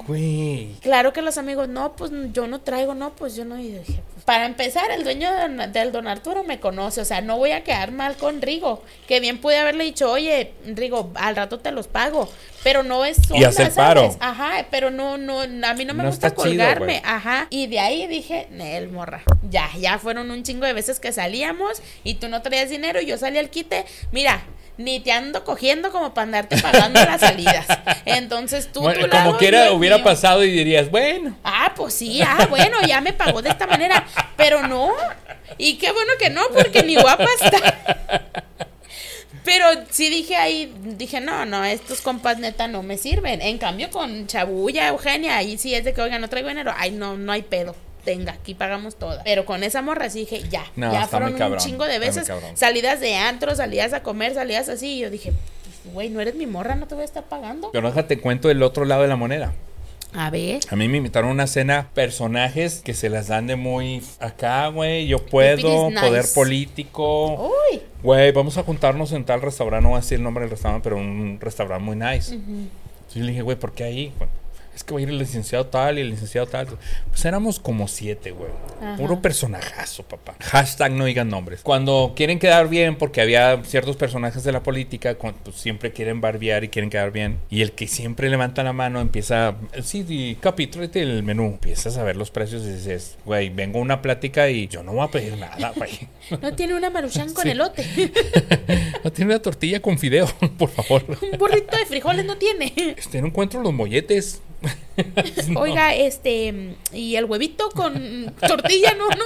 [SPEAKER 1] Güey.
[SPEAKER 2] Claro que los amigos, no, pues yo no traigo, no, pues yo no. Y dije, pues, para empezar, el dueño de don- del don Arturo me conoce, o sea, no voy a quedar mal con Rigo. Que bien pude haberle dicho, oye, Rigo, al rato te los pago, pero no es.
[SPEAKER 1] Y hacer paro.
[SPEAKER 2] Ajá, pero no, no, a mí no me
[SPEAKER 1] No
[SPEAKER 2] gusta
[SPEAKER 1] está chido,
[SPEAKER 2] colgarme.
[SPEAKER 1] güey.
[SPEAKER 2] Ajá. Y de ahí dije, Nel, morra. Ya, ya fueron un chingo de veces que salíamos y tú no traías dinero y yo salí al quite. Mira. Ni te ando cogiendo como para andarte pagando las salidas. Entonces tú,
[SPEAKER 1] Bueno,
[SPEAKER 2] tu
[SPEAKER 1] como
[SPEAKER 2] lado,
[SPEAKER 1] quiera
[SPEAKER 2] yo el
[SPEAKER 1] hubiera
[SPEAKER 2] mío.
[SPEAKER 1] pasado y dirías, bueno.
[SPEAKER 2] Ah, pues sí, ah, bueno, ya me pagó de esta manera, pero no. Y qué bueno que no, porque ni guapa está. Pero sí dije ahí, dije, no, no, estos compas neta no me sirven. En cambio, con Chabuya, Eugenia, ahí sí es de que, oiga, no traigo dinero. Ay, no, no hay pedo. Tenga, aquí pagamos todas. Pero con esa morra sí dije, ya.
[SPEAKER 1] No,
[SPEAKER 2] ya
[SPEAKER 1] está muy
[SPEAKER 2] fueron un
[SPEAKER 1] cabrón,
[SPEAKER 2] chingo de
[SPEAKER 1] está muy
[SPEAKER 2] veces.
[SPEAKER 1] cabrón.
[SPEAKER 2] Salidas de antro, salidas a comer, salidas así. Y yo dije, güey, no eres mi morra, no te voy a estar pagando.
[SPEAKER 1] Pero déjate cuento el otro lado de la moneda.
[SPEAKER 2] A ver.
[SPEAKER 1] A mí me invitaron a una cena personajes que se las dan de muy acá, güey. Yo puedo,
[SPEAKER 2] Pipiris
[SPEAKER 1] poder
[SPEAKER 2] nice. Oh,
[SPEAKER 1] político.
[SPEAKER 2] Uy.
[SPEAKER 1] Güey, vamos a juntarnos en tal restaurante, no voy a decir el nombre del restaurante, pero un restaurante muy nice. Entonces yo le dije, güey, ¿por qué ahí? Bueno, es que va a ir el licenciado tal y el licenciado tal. Pues éramos como siete, güey.
[SPEAKER 2] Ajá.
[SPEAKER 1] Puro personajazo, papá. Hashtag no digan nombres. Cuando quieren quedar bien, porque había ciertos personajes de la política, con- pues, siempre quieren barbear y quieren quedar bien. Y el que siempre levanta la mano empieza, sí, di, capi, tráete el menú. Empiezas a ver los precios y dices, güey, vengo a una plática y yo no voy a pedir nada, güey.
[SPEAKER 2] No tiene una maruchan con
[SPEAKER 1] Sí.
[SPEAKER 2] elote.
[SPEAKER 1] No tiene una tortilla con fideo, por favor.
[SPEAKER 2] Un burrito de frijoles no tiene.
[SPEAKER 1] Este, no encuentro los molletes. No.
[SPEAKER 2] Oiga, este, y el huevito con tortilla, no, eh, no.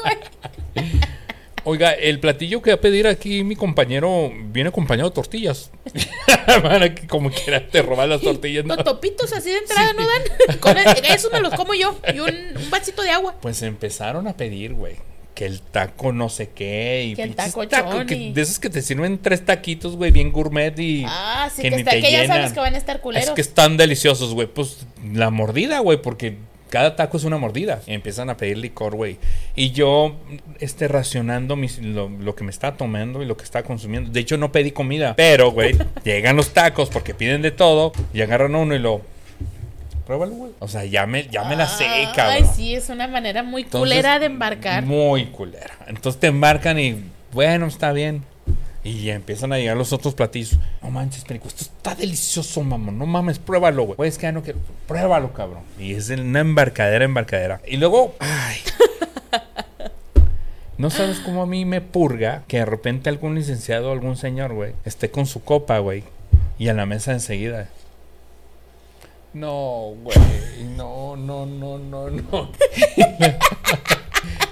[SPEAKER 2] hay.
[SPEAKER 1] Oiga, el platillo que va a pedir aquí mi compañero viene acompañado de tortillas. Para que como quiera te roban las tortillas. ¿no?
[SPEAKER 2] Los topitos así de entrada
[SPEAKER 1] Sí.
[SPEAKER 2] no dan. Come- eso me los como yo. Y un, un vasito de agua.
[SPEAKER 1] Pues empezaron a pedir, güey. Que el taco no sé qué. Y
[SPEAKER 2] Que el
[SPEAKER 1] pinches
[SPEAKER 2] taco
[SPEAKER 1] que-
[SPEAKER 2] choni.
[SPEAKER 1] De esos que te sirven tres taquitos, güey, bien gourmet y.
[SPEAKER 2] Ah, sí, que,
[SPEAKER 1] ni
[SPEAKER 2] está,
[SPEAKER 1] te
[SPEAKER 2] que ya sabes
[SPEAKER 1] llenan.
[SPEAKER 2] que van a estar culeros.
[SPEAKER 1] Es que están deliciosos, güey. Pues la mordida, güey, porque cada taco es una mordida. Y empiezan a pedir licor, güey. Y yo, este, racionando mis- lo, lo que me está tomando y lo que está consumiendo. De hecho, no pedí comida. Pero, güey, llegan los tacos porque piden de todo y agarran uno y lo. Pruébalo, güey. O sea, ya me, ya me la sé, cabrón.
[SPEAKER 2] Ah, Ay, sí, es una manera muy
[SPEAKER 1] Entonces,
[SPEAKER 2] culera de embarcar.
[SPEAKER 1] Muy culera. Entonces te embarcan y, bueno, está bien. Y ya empiezan a llegar los otros platillos. No manches, perico, esto está delicioso, mamón. No mames, pruébalo, güey. Pues que ya no quiero. Pruébalo, cabrón. Y es una embarcadera, embarcadera. Y luego, ay. No sabes cómo a mí me purga que de repente algún licenciado, algún señor, güey, esté con su copa, güey, y a la mesa enseguida. No, güey, no, no, no, no, no.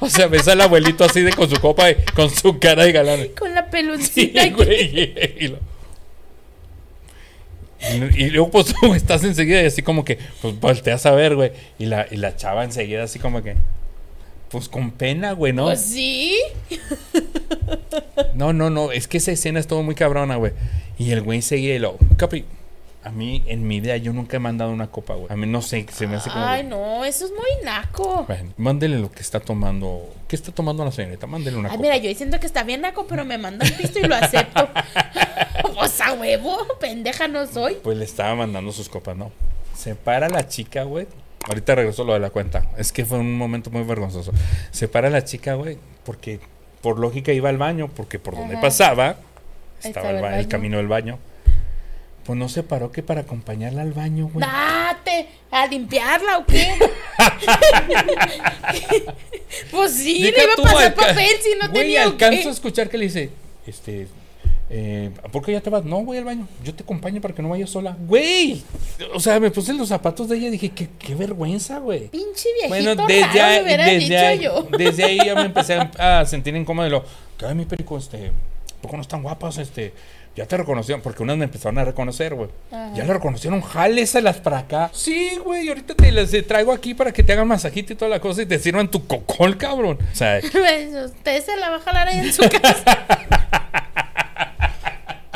[SPEAKER 1] o sea, ves al abuelito así de con su copa, y con su cara de galán.
[SPEAKER 2] Con la
[SPEAKER 1] Sí,
[SPEAKER 2] peluncita. aquí.
[SPEAKER 1] güey. Y, lo- y- y luego, pues tú estás enseguida y así como que, pues volteas a ver, güey. Y la, y la chava enseguida así como que, pues con pena, güey, ¿no?
[SPEAKER 2] Pues sí.
[SPEAKER 1] No, no, no, es que esa escena estuvo muy cabrona, güey. Y el güey seguía y lo, capi. A mí, en mi idea, yo nunca he mandado una copa, güey. A mí no sé, se me hace como.
[SPEAKER 2] Ay, no, eso es muy naco.
[SPEAKER 1] Bueno, mándele lo que está tomando. ¿Qué está tomando la señorita? Mándele una
[SPEAKER 2] Ay,
[SPEAKER 1] copa.
[SPEAKER 2] Ah, mira, yo diciendo que está bien naco, pero me manda un pisto y lo acepto. o sea, huevo, pendeja no soy.
[SPEAKER 1] Pues le estaba mandando sus copas, ¿no? Se para la chica, güey. Ahorita regreso lo de la cuenta. Es que fue un momento muy vergonzoso. Se para la chica, güey, porque por lógica iba al baño, porque por donde
[SPEAKER 2] Ajá.
[SPEAKER 1] pasaba
[SPEAKER 2] Estaba
[SPEAKER 1] estaba el,
[SPEAKER 2] el
[SPEAKER 1] ba- el
[SPEAKER 2] baño.
[SPEAKER 1] camino del baño. Pues no se paró que para acompañarla al baño, güey.
[SPEAKER 2] Date, a limpiarla o qué. pues sí,
[SPEAKER 1] Deja
[SPEAKER 2] le iba a
[SPEAKER 1] tú,
[SPEAKER 2] pasar
[SPEAKER 1] alca-
[SPEAKER 2] papel si no
[SPEAKER 1] Güey,
[SPEAKER 2] tenía. o qué.
[SPEAKER 1] alcanzo a escuchar que le dice, este, Eh, ¿Por qué ya te vas? No, voy al baño. Yo te acompaño para que no vayas sola. Güey. O sea, me puse en los zapatos de ella y dije, qué, qué vergüenza, güey.
[SPEAKER 2] Pinche viejito
[SPEAKER 1] Bueno, desde
[SPEAKER 2] raro, me
[SPEAKER 1] ahí,
[SPEAKER 2] hubieras
[SPEAKER 1] desde,
[SPEAKER 2] dicho
[SPEAKER 1] ahí,
[SPEAKER 2] yo.
[SPEAKER 1] desde ahí ya me empecé a, a sentir incómodo. y Lo, que mi perico, este, ¿por qué no están guapas? Este, ya te reconocieron, porque unas me empezaron a reconocer, güey.
[SPEAKER 2] Ajá.
[SPEAKER 1] Ya la reconocieron, jáleselas para acá. Sí, güey, ahorita te las eh, traigo aquí para que te hagan masajito y toda la cosa y te sirvan tu cocol, cabrón. O sea,
[SPEAKER 2] Pues, Usted se la va a jalar ahí en su casa.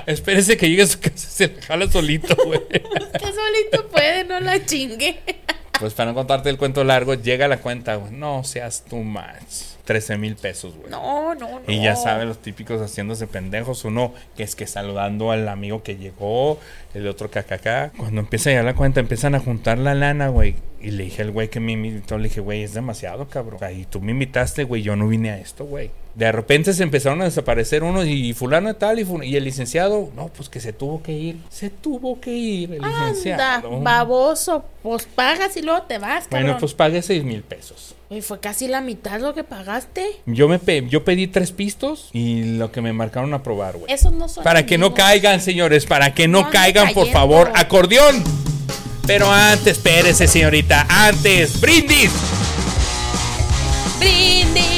[SPEAKER 1] espérese que llegue a su casa y se la jala solito, güey.
[SPEAKER 2] Usted solito puede, no la chingue.
[SPEAKER 1] pues para no contarte el cuento largo, llega la cuenta, güey. No seas tú más. 13 mil pesos, güey.
[SPEAKER 2] No, no, no.
[SPEAKER 1] Y ya saben los típicos haciéndose pendejos. Uno que es que saludando al amigo que llegó, el otro cacacá. Cuando empieza a llegar la cuenta, empiezan a juntar la lana, güey. Y le dije al güey que me invitó, le dije, güey, es demasiado, cabrón. O sea, y tú me invitaste, güey, yo no vine a esto, güey. De repente se empezaron a desaparecer unos y fulano de tal y, fu- y el licenciado, no, pues que se tuvo que ir. Se tuvo que ir el
[SPEAKER 2] Anda,
[SPEAKER 1] licenciado.
[SPEAKER 2] baboso. Pues pagas y luego te vas, cabrón.
[SPEAKER 1] bueno, pues pagué seis mil pesos.
[SPEAKER 2] Y fue casi la mitad lo que pagaste.
[SPEAKER 1] Yo, me pe- yo pedí tres pistos y lo que me marcaron a probar, güey.
[SPEAKER 2] Esos no son.
[SPEAKER 1] Para que no
[SPEAKER 2] amigos.
[SPEAKER 1] caigan, señores, para que no,
[SPEAKER 2] No anden
[SPEAKER 1] caigan, por
[SPEAKER 2] cayendo.
[SPEAKER 1] favor, acordeón. Pero antes, espérese, señorita, antes, brindis.
[SPEAKER 2] ¡Brindis!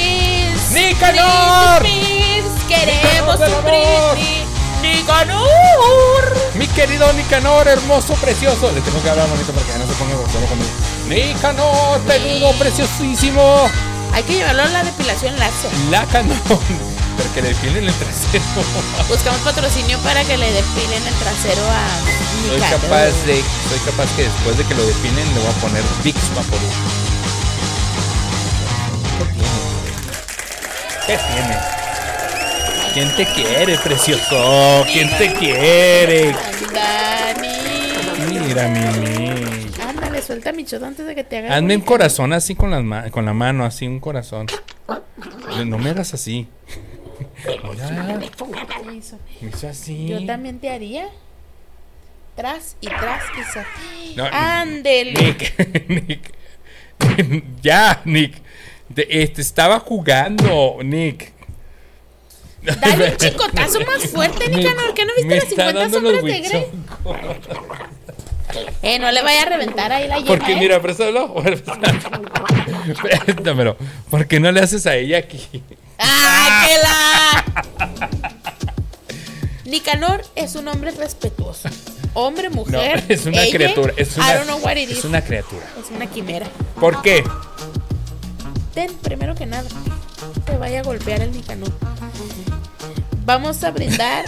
[SPEAKER 1] ¡Nicanor!
[SPEAKER 2] ¡Brindis! brindis! ¡Queremos
[SPEAKER 1] ¡Nicanor, por
[SPEAKER 2] un
[SPEAKER 1] favor!
[SPEAKER 2] brindis! ¡Nicanor!
[SPEAKER 1] Mi querido Nicanor, hermoso, precioso. Le tengo que hablar bonito para que no se ponga grosero conmigo. Nicanor, peludo, preciosísimo.
[SPEAKER 2] Hay que llevarlo a la depilación láser.
[SPEAKER 1] La canón. Pero que le defienden el trasero.
[SPEAKER 2] Buscamos patrocinio para que le depilen el trasero a
[SPEAKER 1] Soy
[SPEAKER 2] Nicanor.
[SPEAKER 1] capaz de, soy capaz que después de que lo definen le voy a poner Vicks Vaporub. ¿Qué tiene? ¿Qué tiene? ¿Quién te quiere, precioso? ¿Quién te quiere?
[SPEAKER 2] Dani.
[SPEAKER 1] Mira, Mimi.
[SPEAKER 2] Ándale, suelta mi choto antes de que te haga.
[SPEAKER 1] Hazme un
[SPEAKER 2] bonito.
[SPEAKER 1] corazón así con, las ma- con la mano, así un corazón. No me hagas así. Mira,
[SPEAKER 2] ¿Qué hizo?
[SPEAKER 1] me hizo así.
[SPEAKER 2] Yo también te haría. Tras y tras y se.
[SPEAKER 1] No,
[SPEAKER 2] Ándele.
[SPEAKER 1] Nick, Nick. ya, Nick. Te, este, estaba jugando, Nick.
[SPEAKER 2] Dale un chicotazo más fuerte, Nicanor. ¿Qué no viste
[SPEAKER 1] Me
[SPEAKER 2] las
[SPEAKER 1] está
[SPEAKER 2] 50
[SPEAKER 1] dando los
[SPEAKER 2] sombras de Grey?
[SPEAKER 1] huichocos.
[SPEAKER 2] Eh, no le vaya a reventar ahí la yema.
[SPEAKER 1] Porque
[SPEAKER 2] ¿eh?
[SPEAKER 1] mira, préstamelo. préstamelo. ¿Por qué no le haces a ella aquí?
[SPEAKER 2] ¿eh? ¡Ay, que la! Nicanor es un hombre respetuoso. Hombre,
[SPEAKER 1] No,
[SPEAKER 2] mujer.
[SPEAKER 1] es una
[SPEAKER 2] ella,
[SPEAKER 1] criatura. Es una,
[SPEAKER 2] I don't know what it
[SPEAKER 1] es
[SPEAKER 2] is.
[SPEAKER 1] una criatura.
[SPEAKER 2] Es una quimera.
[SPEAKER 1] ¿Por qué?
[SPEAKER 2] Ten, primero que nada, te vaya a golpear el Nicanor. Vamos a brindar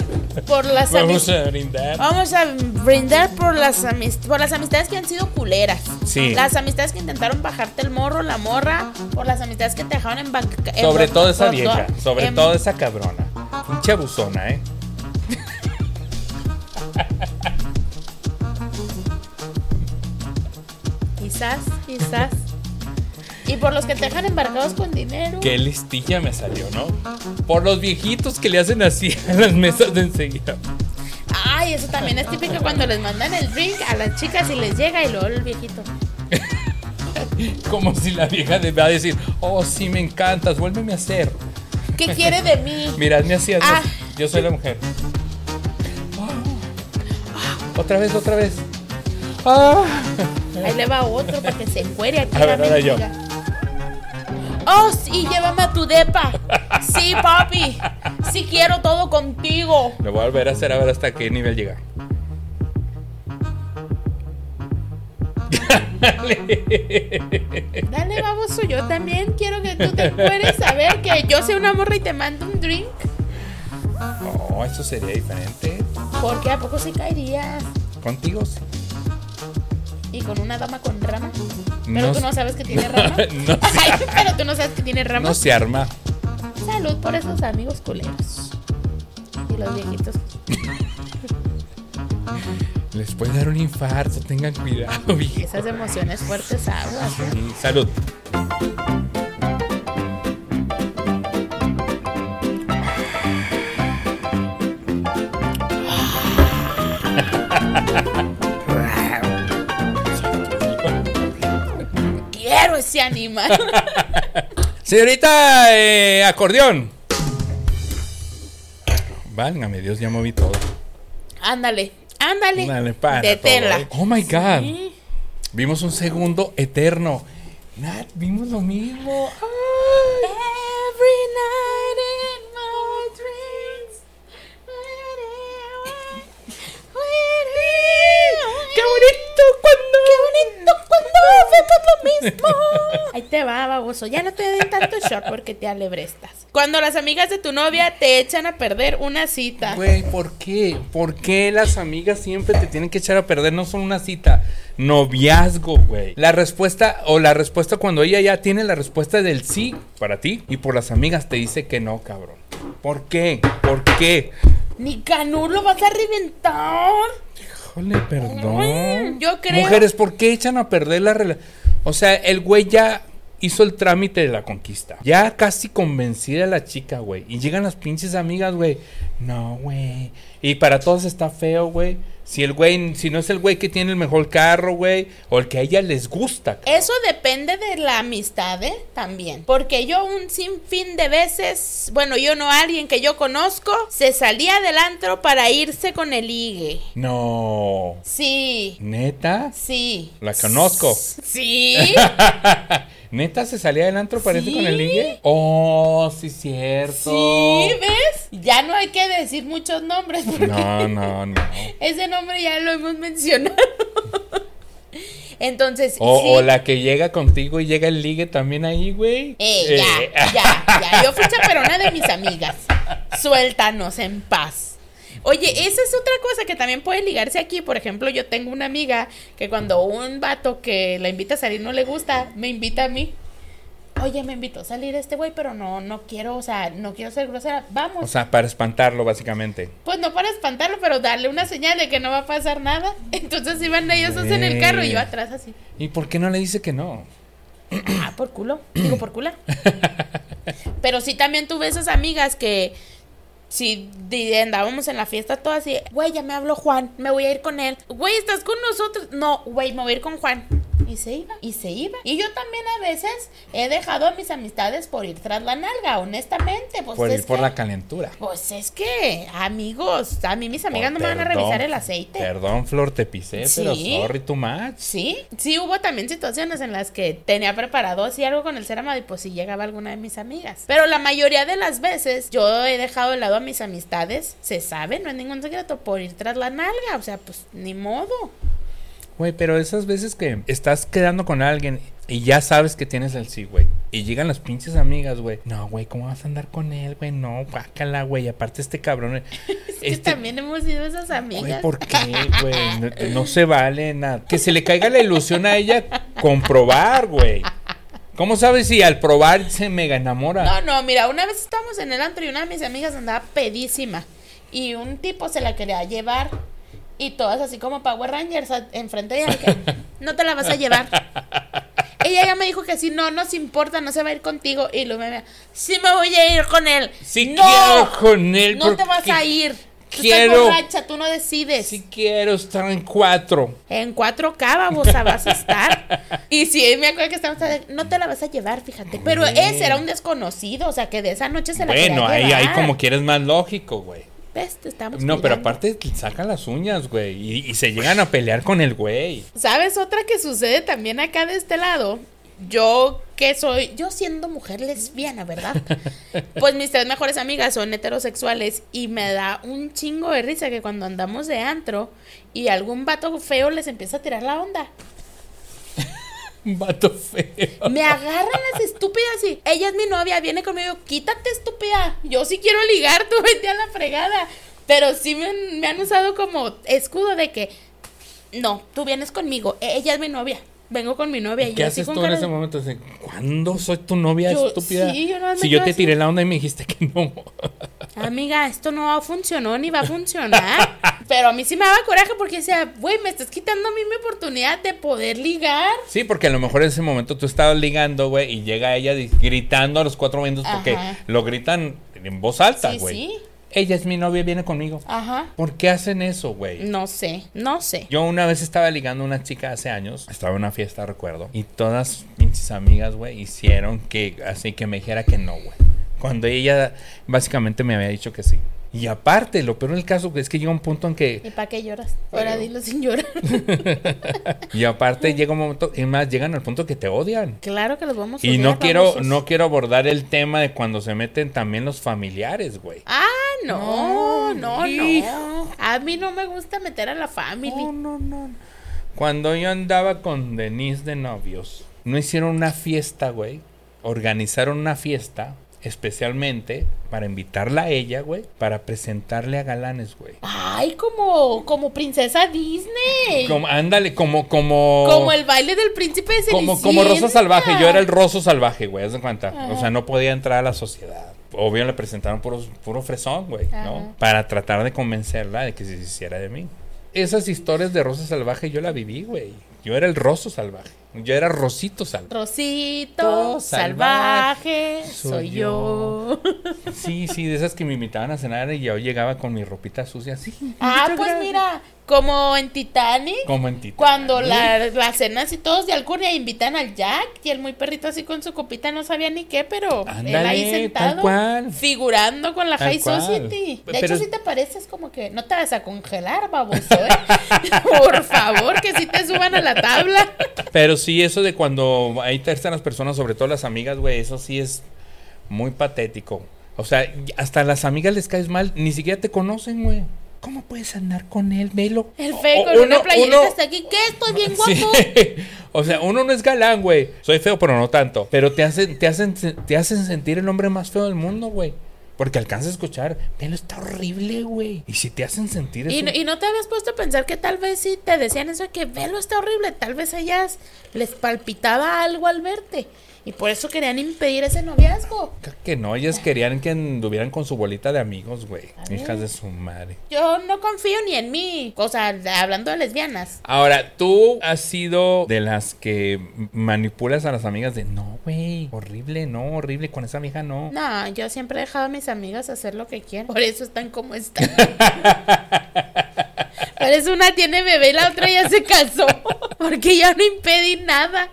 [SPEAKER 2] por las
[SPEAKER 1] Vamos
[SPEAKER 2] amistades.
[SPEAKER 1] a brindar.
[SPEAKER 2] Vamos a brindar por las, amis- por las amistades que han sido culeras.
[SPEAKER 1] Sí.
[SPEAKER 2] Las amistades que intentaron bajarte el morro, la morra. Por las amistades que te dejaron en banca. en
[SPEAKER 1] Sobre
[SPEAKER 2] ba-
[SPEAKER 1] todo esa
[SPEAKER 2] por-
[SPEAKER 1] vieja. Sobre
[SPEAKER 2] en-
[SPEAKER 1] todo esa cabrona. Pinche abusona, ¿eh?
[SPEAKER 2] Quizás, quizás. Y por los que te dejan embarcados con dinero.
[SPEAKER 1] Qué listilla me salió, ¿no? Por los viejitos que le hacen así a las mesas de enseguida.
[SPEAKER 2] Ay, eso también es típico cuando les mandan el drink a las chicas y les llega y luego el viejito.
[SPEAKER 1] Como si la vieja le va a decir, oh, sí, me encantas, vuélveme a hacer.
[SPEAKER 2] ¿Qué quiere de mí?
[SPEAKER 1] Miradme así, hazme
[SPEAKER 2] Ah.
[SPEAKER 1] así. yo soy la mujer. Otra vez, otra vez. Ah.
[SPEAKER 2] Ahí le va otro para que se encuere aquí
[SPEAKER 1] A
[SPEAKER 2] la
[SPEAKER 1] ver, ahora yo.
[SPEAKER 2] mendiga. Oh, sí, llévame a tu depa. Sí, papi. Sí quiero todo contigo.
[SPEAKER 1] Lo voy a volver a hacer a ver hasta qué nivel llega.
[SPEAKER 2] Dale, baboso, yo también quiero que tú te encueres a ver que yo soy una morra y te mando un drink.
[SPEAKER 1] No, eso Oh, sería diferente.
[SPEAKER 2] Porque a poco sí caerías.
[SPEAKER 1] Contigo sí.
[SPEAKER 2] Y con una dama con rama. Pero
[SPEAKER 1] No
[SPEAKER 2] tú no
[SPEAKER 1] sé.
[SPEAKER 2] sabes que tiene rama.
[SPEAKER 1] No sé.
[SPEAKER 2] Ay, pero tú no sabes que tiene rama.
[SPEAKER 1] No se arma.
[SPEAKER 2] Salud por esos amigos culeros. Y los viejitos.
[SPEAKER 1] Les puede dar un infarto, tengan cuidado, vieja.
[SPEAKER 2] Esas emociones fuertes aguas.
[SPEAKER 1] Mm, Salud.
[SPEAKER 2] Quiero ese animal.
[SPEAKER 1] Señorita eh, acordeón. Válgame Dios, ya moví todo.
[SPEAKER 2] Ándale, ándale.
[SPEAKER 1] Dale, para todo,
[SPEAKER 2] Deténla.
[SPEAKER 1] ¿eh? Oh my God.
[SPEAKER 2] Sí.
[SPEAKER 1] Vimos un segundo eterno. Nat, vimos lo mismo.
[SPEAKER 2] Every night in my dreams. Qué bonito cuando. Qué bonito cuando hacemos lo mismo. Ahí te va, baboso. Ya no te den tanto short porque te alebrestas. Cuando las amigas de tu novia te echan a perder una cita.
[SPEAKER 1] Güey, ¿por qué? ¿Por qué las amigas siempre te tienen que echar a perder? No son una cita, noviazgo, güey. La respuesta o la respuesta cuando ella ya tiene la respuesta del sí para ti y por las amigas te dice que no, cabrón. ¿Por qué? ¿Por qué?
[SPEAKER 2] Ni Canú lo vas a reventar.
[SPEAKER 1] Híjole, perdón.
[SPEAKER 2] Mm, yo creo-
[SPEAKER 1] Mujeres, ¿por qué echan a perder la relación? O sea, el güey ya hizo el trámite de la conquista. Ya casi convencida la chica, güey. Y llegan las pinches amigas, güey. No, güey. Y para todos está feo, güey. Si el güey, si no es el güey que tiene el mejor carro, güey, o el que a ella les gusta. ca-
[SPEAKER 2] Eso depende de la amistad, ¿eh? También. Porque yo un sinfín de veces, bueno, yo no, alguien que yo conozco, se salía del antro para irse con el ligue.
[SPEAKER 1] No.
[SPEAKER 2] Sí,
[SPEAKER 1] Neta.
[SPEAKER 2] sí.
[SPEAKER 1] La conozco.
[SPEAKER 2] Sí.
[SPEAKER 1] Neta se salía del antro parece
[SPEAKER 2] Sí.
[SPEAKER 1] con el ligue. Oh, sí cierto.
[SPEAKER 2] Sí, ¿ves? Ya no hay que decir muchos nombres porque
[SPEAKER 1] No, no, no.
[SPEAKER 2] ese nombre ya lo hemos mencionado. Entonces,
[SPEAKER 1] O,
[SPEAKER 2] sí.
[SPEAKER 1] o la que llega contigo y llega el ligue también ahí, güey.
[SPEAKER 2] Eh, ya,
[SPEAKER 1] Eh,
[SPEAKER 2] ya, ya. Yo fui chaperona de mis amigas. Suéltanos en paz. Oye, esa es otra cosa que también puede ligarse aquí. Por ejemplo, yo tengo una amiga que cuando un vato que la invita a salir no le gusta, me invita a mí. Oye, me invitó a salir este güey, pero no, no quiero, o sea, no quiero ser grosera. Vamos.
[SPEAKER 1] O sea, para espantarlo, básicamente.
[SPEAKER 2] pues no para espantarlo, pero darle una señal de que no va a pasar nada. Entonces iban ellos dos en el carro y yo atrás así.
[SPEAKER 1] ¿Y por qué no le dice que no?
[SPEAKER 2] Ah, por culo. Digo, por culo. Pero sí también tuve esas amigas que si di- andábamos en la fiesta todas y, güey, ya me habló Juan, me voy a ir con él. Güey, ¿estás con nosotros? No, güey, me voy a ir con Juan. Y se iba, y se iba. Y yo también a veces he dejado a mis amistades por ir tras la nalga, honestamente. Pues
[SPEAKER 1] por
[SPEAKER 2] es
[SPEAKER 1] ir por
[SPEAKER 2] que-
[SPEAKER 1] la calentura.
[SPEAKER 2] Pues es que, amigos, a mí mis amigas no me van a
[SPEAKER 1] Perdón,
[SPEAKER 2] revisar el aceite.
[SPEAKER 1] Perdón, Flor, te pisé, pero
[SPEAKER 2] Sí.
[SPEAKER 1] sorry too much.
[SPEAKER 2] Sí, sí hubo también situaciones en las que tenía preparado así algo con el ser amado y pues sí llegaba alguna de mis amigas. Pero la mayoría de las veces yo he dejado de lado a mis amistades, se sabe, no es ningún secreto, por ir tras la nalga, o sea, pues ni modo.
[SPEAKER 1] Güey, pero esas veces que estás quedando con alguien y ya sabes que tienes el sí, güey. Y llegan las pinches amigas, güey. No, güey, ¿cómo vas a andar con él, güey? No, guácala, güey. Aparte este cabrón.
[SPEAKER 2] Es que
[SPEAKER 1] este
[SPEAKER 2] también hemos sido esas
[SPEAKER 1] Güey,
[SPEAKER 2] amigas.
[SPEAKER 1] ¿por qué, güey? No, no se vale nada. Que se le caiga la ilusión a ella comprobar, güey. ¿Cómo sabes si al probar se mega enamora?
[SPEAKER 2] No, no, mira, una vez estábamos en el antro y una de mis amigas andaba pedísima y un tipo se la quería llevar y todas así como Power Rangers a- enfrente de ella de que no te la vas a llevar. Ella ya me dijo que si no nos importa, no se va a ir contigo y luego me vea, sí me voy a ir con él.
[SPEAKER 1] Sí
[SPEAKER 2] no,
[SPEAKER 1] quiero con él,
[SPEAKER 2] No te
[SPEAKER 1] porque
[SPEAKER 2] vas a ir. Tú
[SPEAKER 1] quiero-
[SPEAKER 2] estás borracha, tú no decides.
[SPEAKER 1] Si quiero estar en cuatro.
[SPEAKER 2] En 4K, babosa, vas a estar. Y sí, me acuerdo que estábamos. No te la vas a llevar, fíjate. Pero
[SPEAKER 1] Güey.
[SPEAKER 2] ese era un desconocido, o sea, que de esa noche se la
[SPEAKER 1] Bueno,
[SPEAKER 2] quería
[SPEAKER 1] ahí,
[SPEAKER 2] llevar.
[SPEAKER 1] ahí como quieres más lógico, güey.
[SPEAKER 2] ¿Ves? Te estamos
[SPEAKER 1] No, pero
[SPEAKER 2] cuidando.
[SPEAKER 1] aparte sacan las uñas, güey. Y, y se llegan a pelear con el güey.
[SPEAKER 2] ¿Sabes otra que sucede también acá de este lado? Yo que soy, yo siendo mujer lesbiana, ¿verdad? Pues mis tres mejores amigas son heterosexuales y me da un chingo de risa que cuando andamos de antro y algún vato feo les empieza a tirar la onda.
[SPEAKER 1] Un vato feo.
[SPEAKER 2] Me agarran las estúpidas y ella es mi novia, viene conmigo, quítate estúpida, yo sí quiero ligar, tú vete a la fregada. Pero sí me, han- me han usado como escudo de que, no, tú vienes conmigo, e- ella es mi novia, vengo con mi novia. y
[SPEAKER 1] ¿Qué
[SPEAKER 2] yo así
[SPEAKER 1] haces
[SPEAKER 2] con
[SPEAKER 1] tú en
[SPEAKER 2] cara
[SPEAKER 1] ese
[SPEAKER 2] de-
[SPEAKER 1] momento? Así, ¿Cuándo soy tu novia
[SPEAKER 2] Yo-
[SPEAKER 1] estúpida?
[SPEAKER 2] sí, yo nada más
[SPEAKER 1] si
[SPEAKER 2] me
[SPEAKER 1] yo
[SPEAKER 2] quedo
[SPEAKER 1] te
[SPEAKER 2] así.
[SPEAKER 1] tiré la onda y me dijiste que no.
[SPEAKER 2] Amiga, esto no funcionó ni va a funcionar. Pero a mí sí me daba coraje porque decía, güey, me estás quitando a mí mi oportunidad de poder ligar.
[SPEAKER 1] Sí, porque a lo mejor en ese momento tú estabas ligando, güey, y llega ella di- gritando a los cuatro vientos porque
[SPEAKER 2] Ajá.
[SPEAKER 1] lo gritan en voz alta,
[SPEAKER 2] Sí,
[SPEAKER 1] güey.
[SPEAKER 2] sí.
[SPEAKER 1] Ella es mi novia, viene conmigo.
[SPEAKER 2] Ajá.
[SPEAKER 1] ¿Por qué hacen eso, güey?
[SPEAKER 2] No sé, no sé.
[SPEAKER 1] Yo una vez estaba ligando a una chica hace años, estaba en una fiesta, recuerdo, y todas mis amigas, güey, hicieron que así que me dijera que no, güey. Cuando ella básicamente me había dicho que sí. Y aparte, lo peor del caso es que llega un punto en que
[SPEAKER 2] ¿Y para qué lloras? Ahora
[SPEAKER 1] Pero-
[SPEAKER 2] dilo sin llorar.
[SPEAKER 1] y aparte llega un momento, es más, llegan al punto que te odian.
[SPEAKER 2] claro que los vamos a
[SPEAKER 1] Y
[SPEAKER 2] odiar,
[SPEAKER 1] no quiero,
[SPEAKER 2] famosos.
[SPEAKER 1] no quiero abordar el tema de cuando se meten también los familiares, güey.
[SPEAKER 2] Ah,
[SPEAKER 1] No,
[SPEAKER 2] no, no,
[SPEAKER 1] hijo.
[SPEAKER 2] no. A mí no me gusta meter a la familia.
[SPEAKER 1] No, no, no. Cuando yo andaba con Denise de novios, no hicieron una fiesta, güey. Organizaron una fiesta especialmente para invitarla a ella, güey, para presentarle a galanes, güey.
[SPEAKER 2] Ay, como, como princesa Disney. Como,
[SPEAKER 1] Como, ándale, como, como.
[SPEAKER 2] el baile del príncipe de
[SPEAKER 1] como,
[SPEAKER 2] Cenicienta.
[SPEAKER 1] como rosa salvaje. Yo era el roso salvaje, güey, haz de cuenta.
[SPEAKER 2] Ah.
[SPEAKER 1] O sea, no podía entrar a la sociedad. Obvio le presentaron puro, puro fresón, güey,
[SPEAKER 2] Ajá.
[SPEAKER 1] ¿no? Para tratar de convencerla de que se hiciera de mí. Esas historias de rosa salvaje yo la viví, güey. Yo era el roso salvaje. Yo era rosito salvaje.
[SPEAKER 2] Rosito, salvaje, soy yo.
[SPEAKER 1] Sí, sí, de esas que me invitaban a cenar y yo llegaba con mi ropita sucia así.
[SPEAKER 2] Ah,
[SPEAKER 1] muchas
[SPEAKER 2] pues
[SPEAKER 1] gracias.
[SPEAKER 2] mira, como en Titanic.
[SPEAKER 1] Como en Titanic.
[SPEAKER 2] Cuando la, la cena así todos de alcurnia invitan al Jack y el muy perrito así con su copita no sabía ni qué, pero él ahí
[SPEAKER 1] Ándale,
[SPEAKER 2] sentado
[SPEAKER 1] tal cual.
[SPEAKER 2] figurando con la
[SPEAKER 1] Tal
[SPEAKER 2] High
[SPEAKER 1] cual.
[SPEAKER 2] Society. De
[SPEAKER 1] Pero-
[SPEAKER 2] hecho, si te pareces como que no te vas a congelar, baboso, ¿eh? Por favor, que si te suban a la tabla.
[SPEAKER 1] Pero sí, eso de cuando hay terceras personas, sobre todo las amigas, güey, eso sí es muy patético. O sea, hasta a las amigas les caes mal, ni siquiera te conocen, güey. ¿Cómo puedes andar con él? Velo.
[SPEAKER 2] El
[SPEAKER 1] O-
[SPEAKER 2] feo
[SPEAKER 1] o-
[SPEAKER 2] con una playerita
[SPEAKER 1] uno-
[SPEAKER 2] hasta aquí, ¿qué? Estoy bien guapo.
[SPEAKER 1] Sí. O sea, uno no es galán, güey. Soy feo, pero no tanto. Pero te hacen, te hacen, te hacen sentir el hombre más feo del mundo, güey. Porque alcanza a escuchar, velo, está horrible, güey. Y si te hacen sentir
[SPEAKER 2] Y
[SPEAKER 1] eso.
[SPEAKER 2] no, y no te habías puesto a pensar que tal vez si te decían eso de que velo está horrible, tal vez a ellas les palpitaba algo al verte. Y por eso querían impedir ese noviazgo.
[SPEAKER 1] Que no, ellas querían que anduvieran con su bolita de amigos, güey.
[SPEAKER 2] A ver.
[SPEAKER 1] Hijas de su madre.
[SPEAKER 2] Yo no confío ni en mí. O sea, hablando de lesbianas.
[SPEAKER 1] Ahora, tú has sido de las que manipulas a las amigas de no, güey, horrible, no, horrible, con esa vieja no.
[SPEAKER 2] No, yo siempre he dejado a mis amigas hacer lo que quieran. Por eso están como están. por eso una tiene bebé y la otra ya se casó. Porque ya no impedí nada.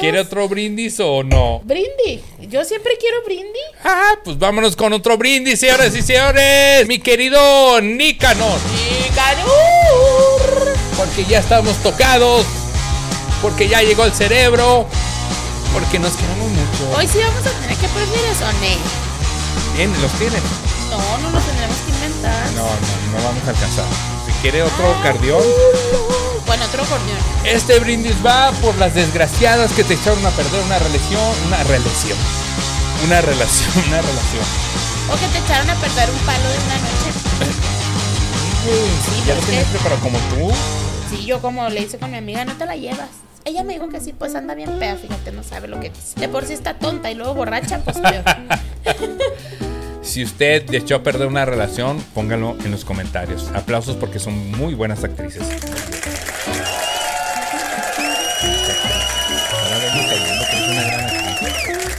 [SPEAKER 1] ¿Quiere otro brindis o no?
[SPEAKER 2] Brindy. Yo siempre quiero brindy.
[SPEAKER 1] Ah, pues vámonos con otro brindis, señoras y señores. Mi querido Nicanor,
[SPEAKER 2] ¡Nicanor!
[SPEAKER 1] porque ya estamos tocados, porque ya llegó el cerebro, porque nos queremos mucho.
[SPEAKER 2] Hoy sí vamos a tener que prefieres o ne.
[SPEAKER 1] Bien, los tienen.
[SPEAKER 2] No, no lo tendremos que inventar.
[SPEAKER 1] No, no, no vamos a alcanzar. Si quiere otro
[SPEAKER 2] Ah,
[SPEAKER 1] cardión.
[SPEAKER 2] culo. Bueno, otro acordeón.
[SPEAKER 1] Este brindis va por las desgraciadas que te echaron a perder una relación, una relación, una relación, una relación.
[SPEAKER 2] O que te echaron a perder un palo de una noche.
[SPEAKER 1] ya lo
[SPEAKER 2] pues,
[SPEAKER 1] tenías
[SPEAKER 2] ¿qué?
[SPEAKER 1] preparado como tú.
[SPEAKER 2] Sí, yo como le hice con mi amiga, no te la llevas. Ella me dijo que sí, pues anda bien pea, fíjate, no sabe lo que dice. De por sí está tonta y luego borracha, pues peor.
[SPEAKER 1] Si usted te echó a perder una relación, póngalo en los comentarios. Aplausos porque son muy buenas actrices. Ahora vengo cayendo que es una gran actriz.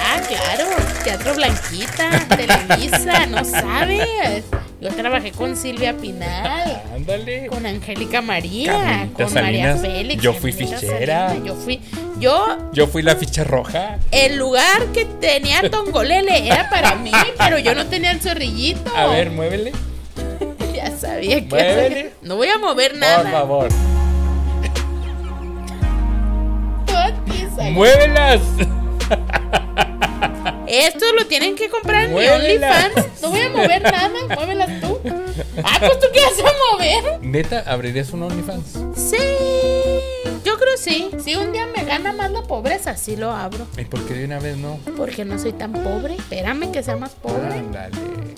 [SPEAKER 2] Ah, claro, teatro blanquita, Televisa, no sabes. Yo trabajé con Silvia Pinal.
[SPEAKER 1] Ándale.
[SPEAKER 2] Con Angélica María,
[SPEAKER 1] Carmelita
[SPEAKER 2] con María
[SPEAKER 1] Salinas,
[SPEAKER 2] Félix.
[SPEAKER 1] yo fui
[SPEAKER 2] Carmelita
[SPEAKER 1] fichera.
[SPEAKER 2] Salinas, Yo fui. Yo,
[SPEAKER 1] Yo fui la ficha roja.
[SPEAKER 2] el lugar que tenía Tongolele era para mí, pero yo no tenía el zorrillito.
[SPEAKER 1] A ver, muévele.
[SPEAKER 2] Ya sabía que.
[SPEAKER 1] Muévele.
[SPEAKER 2] No voy a mover nada.
[SPEAKER 1] Por favor.
[SPEAKER 2] Toda tiesa.
[SPEAKER 1] ¡Muévelas!
[SPEAKER 2] Esto lo tienen que comprar en mi
[SPEAKER 1] Muévelas.
[SPEAKER 2] OnlyFans. No voy a mover nada. Muévelas tú. Ah, pues tú qué vas a mover.
[SPEAKER 1] Neta, abrirías un OnlyFans.
[SPEAKER 2] Sí. Yo creo sí. Si un día me gana más la pobreza, sí lo abro.
[SPEAKER 1] ¿Y por qué de una vez no?
[SPEAKER 2] Porque no soy tan pobre. Espérame que sea más pobre.
[SPEAKER 1] Ándale.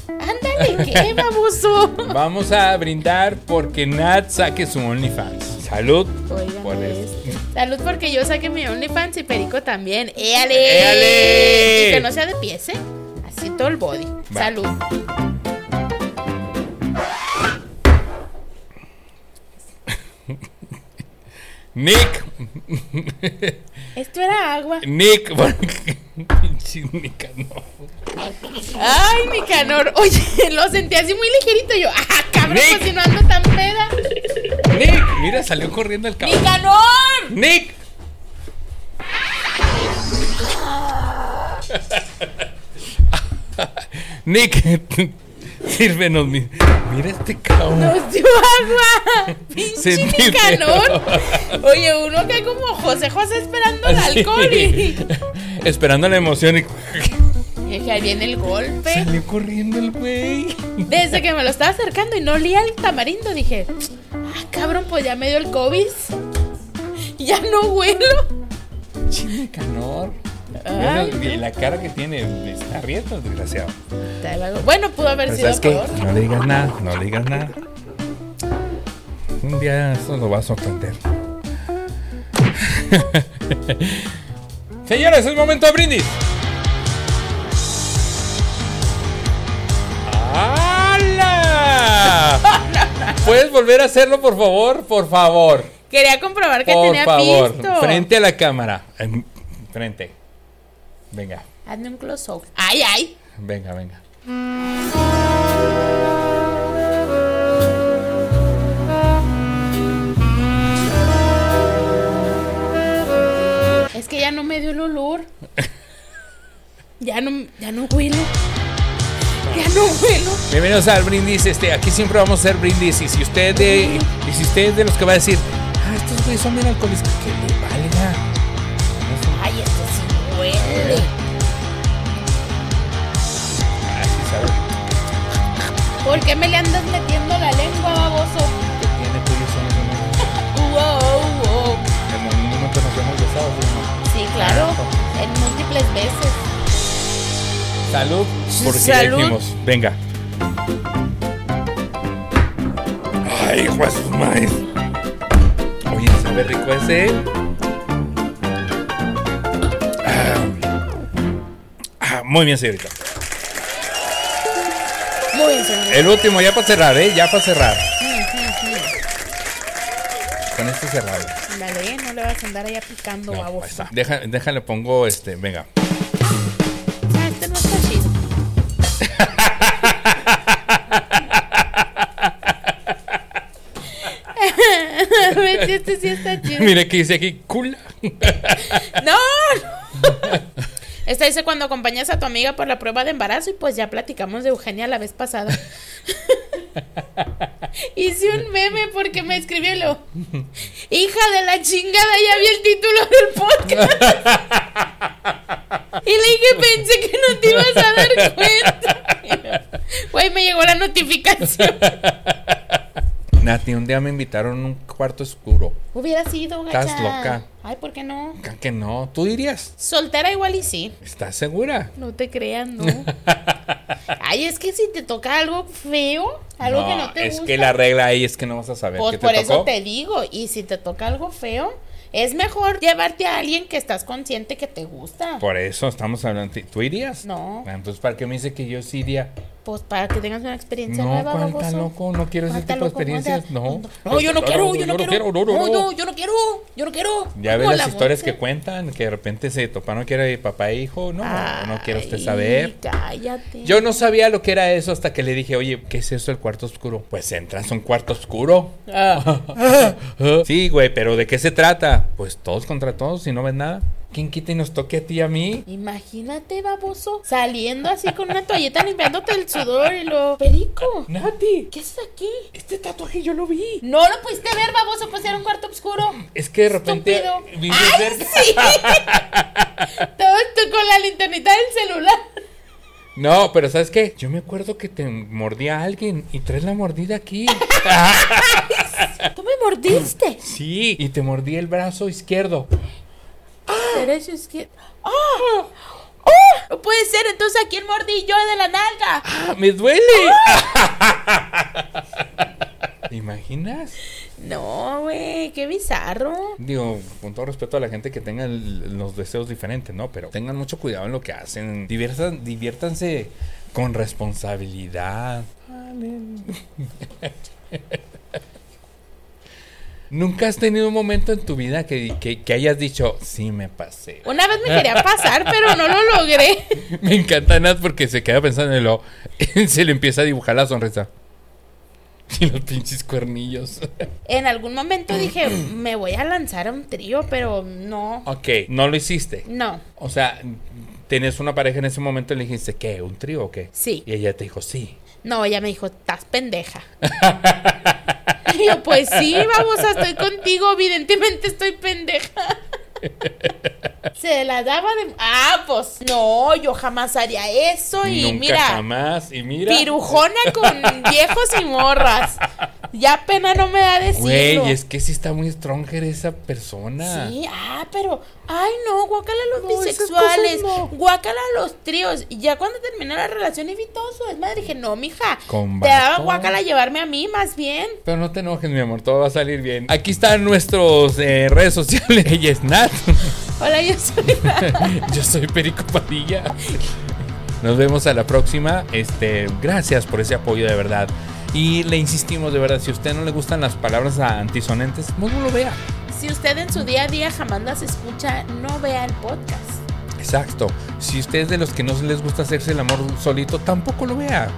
[SPEAKER 2] Ándale, qué baboso.
[SPEAKER 1] Vamos a brindar porque Nat saque su OnlyFans. Salud.
[SPEAKER 2] Oigan,
[SPEAKER 1] Por
[SPEAKER 2] pues,
[SPEAKER 1] eso.
[SPEAKER 2] Salud porque yo saqué mi OnlyFans y Perico también. ¡Éale!
[SPEAKER 1] ¡Éale!
[SPEAKER 2] Y que no sea de pies, ¿eh? Así todo el body.
[SPEAKER 1] Va.
[SPEAKER 2] Salud.
[SPEAKER 1] Nick.
[SPEAKER 2] Esto era agua.
[SPEAKER 1] Nick. Pinche Nicanor.
[SPEAKER 2] Ay, mi canor. Oye, lo sentí así muy ligerito. Yo, ¡ah, cabrón!
[SPEAKER 1] Nick.
[SPEAKER 2] Pues si no ando tan peda.
[SPEAKER 1] Nick. Mira, salió corriendo el
[SPEAKER 2] ¡Mi
[SPEAKER 1] cabrón.
[SPEAKER 2] canor!
[SPEAKER 1] Nick. Nick. sírvenos. mi- Mira este cabrón.
[SPEAKER 2] Nos dio agua. Pinche
[SPEAKER 1] Sentí feo.
[SPEAKER 2] calor. Oye, uno acá como José José esperando el
[SPEAKER 1] Así.
[SPEAKER 2] alcohol y.
[SPEAKER 1] Esperando la emoción y
[SPEAKER 2] Y dije, ahí viene el golpe.
[SPEAKER 1] salió corriendo el güey.
[SPEAKER 2] Desde que me lo estaba acercando y no olía el tamarindo, dije, ah, cabrón, pues ya me dio el COVID. Ya no huelo.
[SPEAKER 1] Chinga calor.
[SPEAKER 2] Ay,
[SPEAKER 1] Mira, y la cara que tiene está riendo, desgraciado.
[SPEAKER 2] Te valgo- Bueno, pudo haber
[SPEAKER 1] Pero
[SPEAKER 2] sido
[SPEAKER 1] ¿Sabes qué?
[SPEAKER 2] peor.
[SPEAKER 1] Pues No le digas nada, no le digas nada. Un día esto lo va a sorprender. Señores, es momento de brindis. ¡Hala! ¿Puedes volver a hacerlo, por favor? Por favor.
[SPEAKER 2] Quería comprobar que
[SPEAKER 1] por
[SPEAKER 2] tenía
[SPEAKER 1] favor.
[SPEAKER 2] pisto.
[SPEAKER 1] Frente a la cámara. Em, Frente. Venga,
[SPEAKER 2] Hazme un close-up. Ay, ay.
[SPEAKER 1] venga, venga.
[SPEAKER 2] Es que ya no me dio el olor. Ya no, ya no huelo. Ya no huelo.
[SPEAKER 1] Bienvenidos al brindis, este, aquí siempre vamos a hacer brindis y si usted de, y si usted es de los que va a decir, ah, estos güeyes son bien alcohólicos, que le valga. No
[SPEAKER 2] Ay, esto sí huele.
[SPEAKER 1] son así, ¿sabes?
[SPEAKER 2] ¿Por qué me le andas metiendo la lengua, baboso? Uh, oh,
[SPEAKER 1] Que tiene tuyo son los demás.
[SPEAKER 2] Wow, wow.
[SPEAKER 1] Como mínimo que nos hemos besado, ¿sí?
[SPEAKER 2] Sí, claro. En múltiples veces.
[SPEAKER 1] Salud, porque
[SPEAKER 2] Salud.
[SPEAKER 1] dijimos, venga. Ay, hijo de sus madres. Oye, sabe rico ese. Ah. Ah, muy bien, señorita.
[SPEAKER 2] Muy bien, señor.
[SPEAKER 1] El último, ya para cerrar, ¿eh? Ya para cerrar. Con este cerrado.
[SPEAKER 2] Dale, ¿eh? no le vas a andar allá
[SPEAKER 1] No,
[SPEAKER 2] picando,
[SPEAKER 1] pues ahí
[SPEAKER 2] baboso.
[SPEAKER 1] está. Deja- déjale, pongo este, venga.
[SPEAKER 2] Ah, este no está chido. Ves, este sí está chido.
[SPEAKER 1] Mire que dice aquí, cool.
[SPEAKER 2] ¡No! Esta dice cuando acompañas a tu amiga por la prueba de embarazo y pues ya platicamos de Eugenia la vez pasada. Hice un meme porque me escribió y lo. Hija de la chingada, ya vi el título del podcast. Y le dije, pensé que no te ibas a dar cuenta. Güey, me llegó la notificación.
[SPEAKER 1] Nati, un día me invitaron a un cuarto oscuro.
[SPEAKER 2] Hubiera sido, gacha.
[SPEAKER 1] Estás loca.
[SPEAKER 2] Ay, ¿por qué no?
[SPEAKER 1] Ca- Que no, tú dirías.
[SPEAKER 2] Soltera igual y sí.
[SPEAKER 1] ¿Estás segura?
[SPEAKER 2] No te crean, ¿no? Ay, es que si te toca algo feo, algo que no te
[SPEAKER 1] es
[SPEAKER 2] gusta.
[SPEAKER 1] que la regla ahí es que no vas a saber
[SPEAKER 2] Pues
[SPEAKER 1] qué
[SPEAKER 2] por
[SPEAKER 1] te
[SPEAKER 2] eso
[SPEAKER 1] tocó.
[SPEAKER 2] te digo, y si te toca algo feo, es mejor llevarte a alguien que estás consciente que te gusta.
[SPEAKER 1] Por eso estamos hablando. ¿Tú irías?
[SPEAKER 2] No.
[SPEAKER 1] Ah, Entonces, ¿para qué me dice que yo sí iría?
[SPEAKER 2] Pues para que tengas una experiencia
[SPEAKER 1] No,
[SPEAKER 2] nueva,
[SPEAKER 1] cuánta
[SPEAKER 2] baboso.
[SPEAKER 1] loco, no quiero ese
[SPEAKER 2] Cuánta
[SPEAKER 1] tipo de
[SPEAKER 2] loco,
[SPEAKER 1] experiencias.
[SPEAKER 2] cuánta-
[SPEAKER 1] No. Pues
[SPEAKER 2] No, yo no quiero, yo no
[SPEAKER 1] lo
[SPEAKER 2] quiero.
[SPEAKER 1] no, no, no.
[SPEAKER 2] No, yo no quiero, yo no quiero.
[SPEAKER 1] Ya ves
[SPEAKER 2] Como
[SPEAKER 1] las
[SPEAKER 2] la
[SPEAKER 1] historias que
[SPEAKER 2] bolsa.
[SPEAKER 1] cuentan, que de repente se toparon que era de papá e hijo. No, no quiero usted
[SPEAKER 2] Ay,
[SPEAKER 1] saber.
[SPEAKER 2] Cállate.
[SPEAKER 1] Yo no sabía lo que era eso hasta que le dije, oye, ¿qué es eso el cuarto oscuro? Pues entras a un cuarto oscuro.
[SPEAKER 2] Ah,
[SPEAKER 1] Sí, güey, pero ¿de qué se trata? Pues todos contra todos y no ves nada. ¿Quién quita y nos toque a ti y a mí?
[SPEAKER 2] Imagínate, baboso, saliendo así con una toalleta limpiándote el sudor y lo. Perico,
[SPEAKER 1] Nati,
[SPEAKER 2] ¿qué es aquí?
[SPEAKER 1] este tatuaje yo lo vi.
[SPEAKER 2] No lo pudiste ver, baboso, pues era un cuarto oscuro.
[SPEAKER 1] Es que de repente
[SPEAKER 2] Estúpido. Ah.
[SPEAKER 1] vive
[SPEAKER 2] ¡Ay,
[SPEAKER 1] cerca.
[SPEAKER 2] sí! Todo esto con la linternita del celular.
[SPEAKER 1] No, pero ¿sabes qué? Yo me acuerdo que te mordía a alguien y traes la mordida aquí.
[SPEAKER 2] Tú me mordiste.
[SPEAKER 1] Sí, y te mordí el brazo izquierdo.
[SPEAKER 2] Derecho, izquierdo. ¡Ah! ¡Ah! No puede ser, entonces aquí el mordí yo de la nalga.
[SPEAKER 1] ¡Ah, ¡Me duele! ¿Te imaginas?
[SPEAKER 2] No, güey, qué bizarro.
[SPEAKER 1] Digo, con todo respeto a la gente que tenga el- los deseos diferentes, ¿no? Pero tengan mucho cuidado en lo que hacen. Diviertan- diviértanse con responsabilidad. ¿Nunca has tenido un momento en tu vida que, que- que hayas dicho, sí me pasé?
[SPEAKER 2] Una vez me quería pasar, pero no lo logré.
[SPEAKER 1] Me encanta Nat porque se queda pensando en lo... se le empieza a dibujar la sonrisa. Y los pinches cuernillos.
[SPEAKER 2] En algún momento dije, me voy a lanzar a un trío, pero no.
[SPEAKER 1] ok, no lo hiciste.
[SPEAKER 2] No.
[SPEAKER 1] O sea, tenías una pareja en ese momento y le dijiste, ¿qué? ¿Un trío o qué?
[SPEAKER 2] Sí.
[SPEAKER 1] Y ella te dijo, sí.
[SPEAKER 2] No, ella me dijo, estás pendeja. y yo, pues sí, vamos, estoy contigo, evidentemente estoy pendeja. Se la daba de... Ah, pues no, yo jamás haría eso y
[SPEAKER 1] Nunca
[SPEAKER 2] mira...
[SPEAKER 1] jamás. Y mira.
[SPEAKER 2] Pirujona con viejos y morras. Ya pena no me da decirlo.
[SPEAKER 1] Güey, es que sí está muy stronger esa persona.
[SPEAKER 2] Sí, ah, pero, ay no, guacala a los bisexuales, guacala a los tríos. Y ya cuando terminó la relación y vi todo su desmadre, dije, no, mija,
[SPEAKER 1] Con
[SPEAKER 2] te daba
[SPEAKER 1] vato.
[SPEAKER 2] guacala llevarme a mí más bien.
[SPEAKER 1] Pero no te enojes, mi amor, todo va a salir bien. Aquí están nuestros eh, redes sociales. Ella es Nat.
[SPEAKER 2] Hola, yo soy
[SPEAKER 1] Yo soy Perico Padilla. Nos vemos a la próxima. Este, gracias por ese apoyo de verdad. Y le insistimos de verdad, si a usted no le gustan las palabras antisonantes, no lo vea.
[SPEAKER 2] Si usted en su día a día jamás las escucha, no vea el podcast.
[SPEAKER 1] Exacto. Si usted es de los que no les gusta hacerse el amor solito, tampoco lo vea.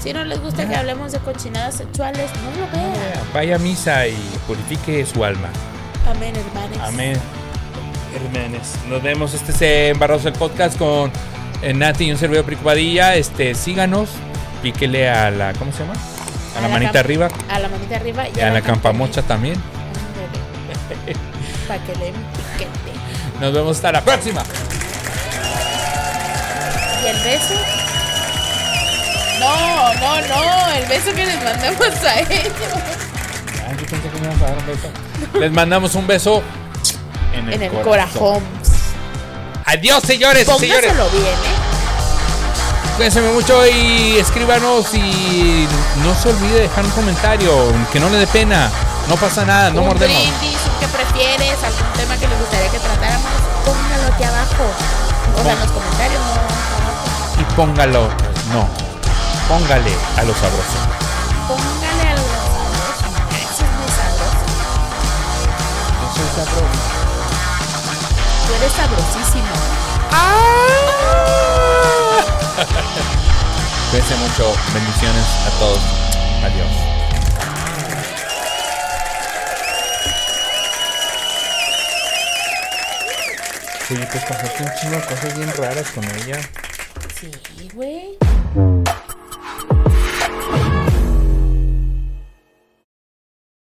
[SPEAKER 2] Si no les gusta que hablemos de cochinadas sexuales, Ah. no lo vea.
[SPEAKER 1] Vaya a misa y purifique su alma.
[SPEAKER 2] Amén, hermanos.
[SPEAKER 1] Amén. Hermanes. Nos vemos. Este es eh, Embarrados el Podcast con eh, Nati y un servidor preocupadilla. Este, síganos. Píquele a la. ¿Cómo se llama? A, la, manita
[SPEAKER 2] cam-
[SPEAKER 1] arriba.
[SPEAKER 2] A la manita arriba y
[SPEAKER 1] Y a la campamocha también.
[SPEAKER 2] Para que le den piquete.
[SPEAKER 1] Nos vemos hasta la próxima.
[SPEAKER 2] ¿Y el beso? No, no, no, el beso que les mandamos a ellos.
[SPEAKER 1] Ah, yo pensé que me iban a dar un beso. Les mandamos un beso en el,
[SPEAKER 2] En el corazón.
[SPEAKER 1] Adiós, señores y señores.
[SPEAKER 2] Póngaselo bien, ¿eh?
[SPEAKER 1] Cuídense mucho y escríbanos y no se olvide de dejar un comentario, que no le dé pena, no pasa nada, no
[SPEAKER 2] un
[SPEAKER 1] mordemos.
[SPEAKER 2] brindis, un que prefieres, algún tema que les gustaría que tratáramos, póngalo aquí abajo. O sea, en los comentarios, no. abajo.
[SPEAKER 1] Y póngalo, no, póngale a lo sabroso.
[SPEAKER 2] Póngale algo. sabroso. Eso es muy sabroso.
[SPEAKER 1] Eso es sabroso.
[SPEAKER 2] Tú eres sabrosísimo.
[SPEAKER 1] Cuídense mucho, bendiciones a todos. Adiós. Oye, pues pasaste un chingo de cosas bien raras con ella.
[SPEAKER 2] Sí, güey.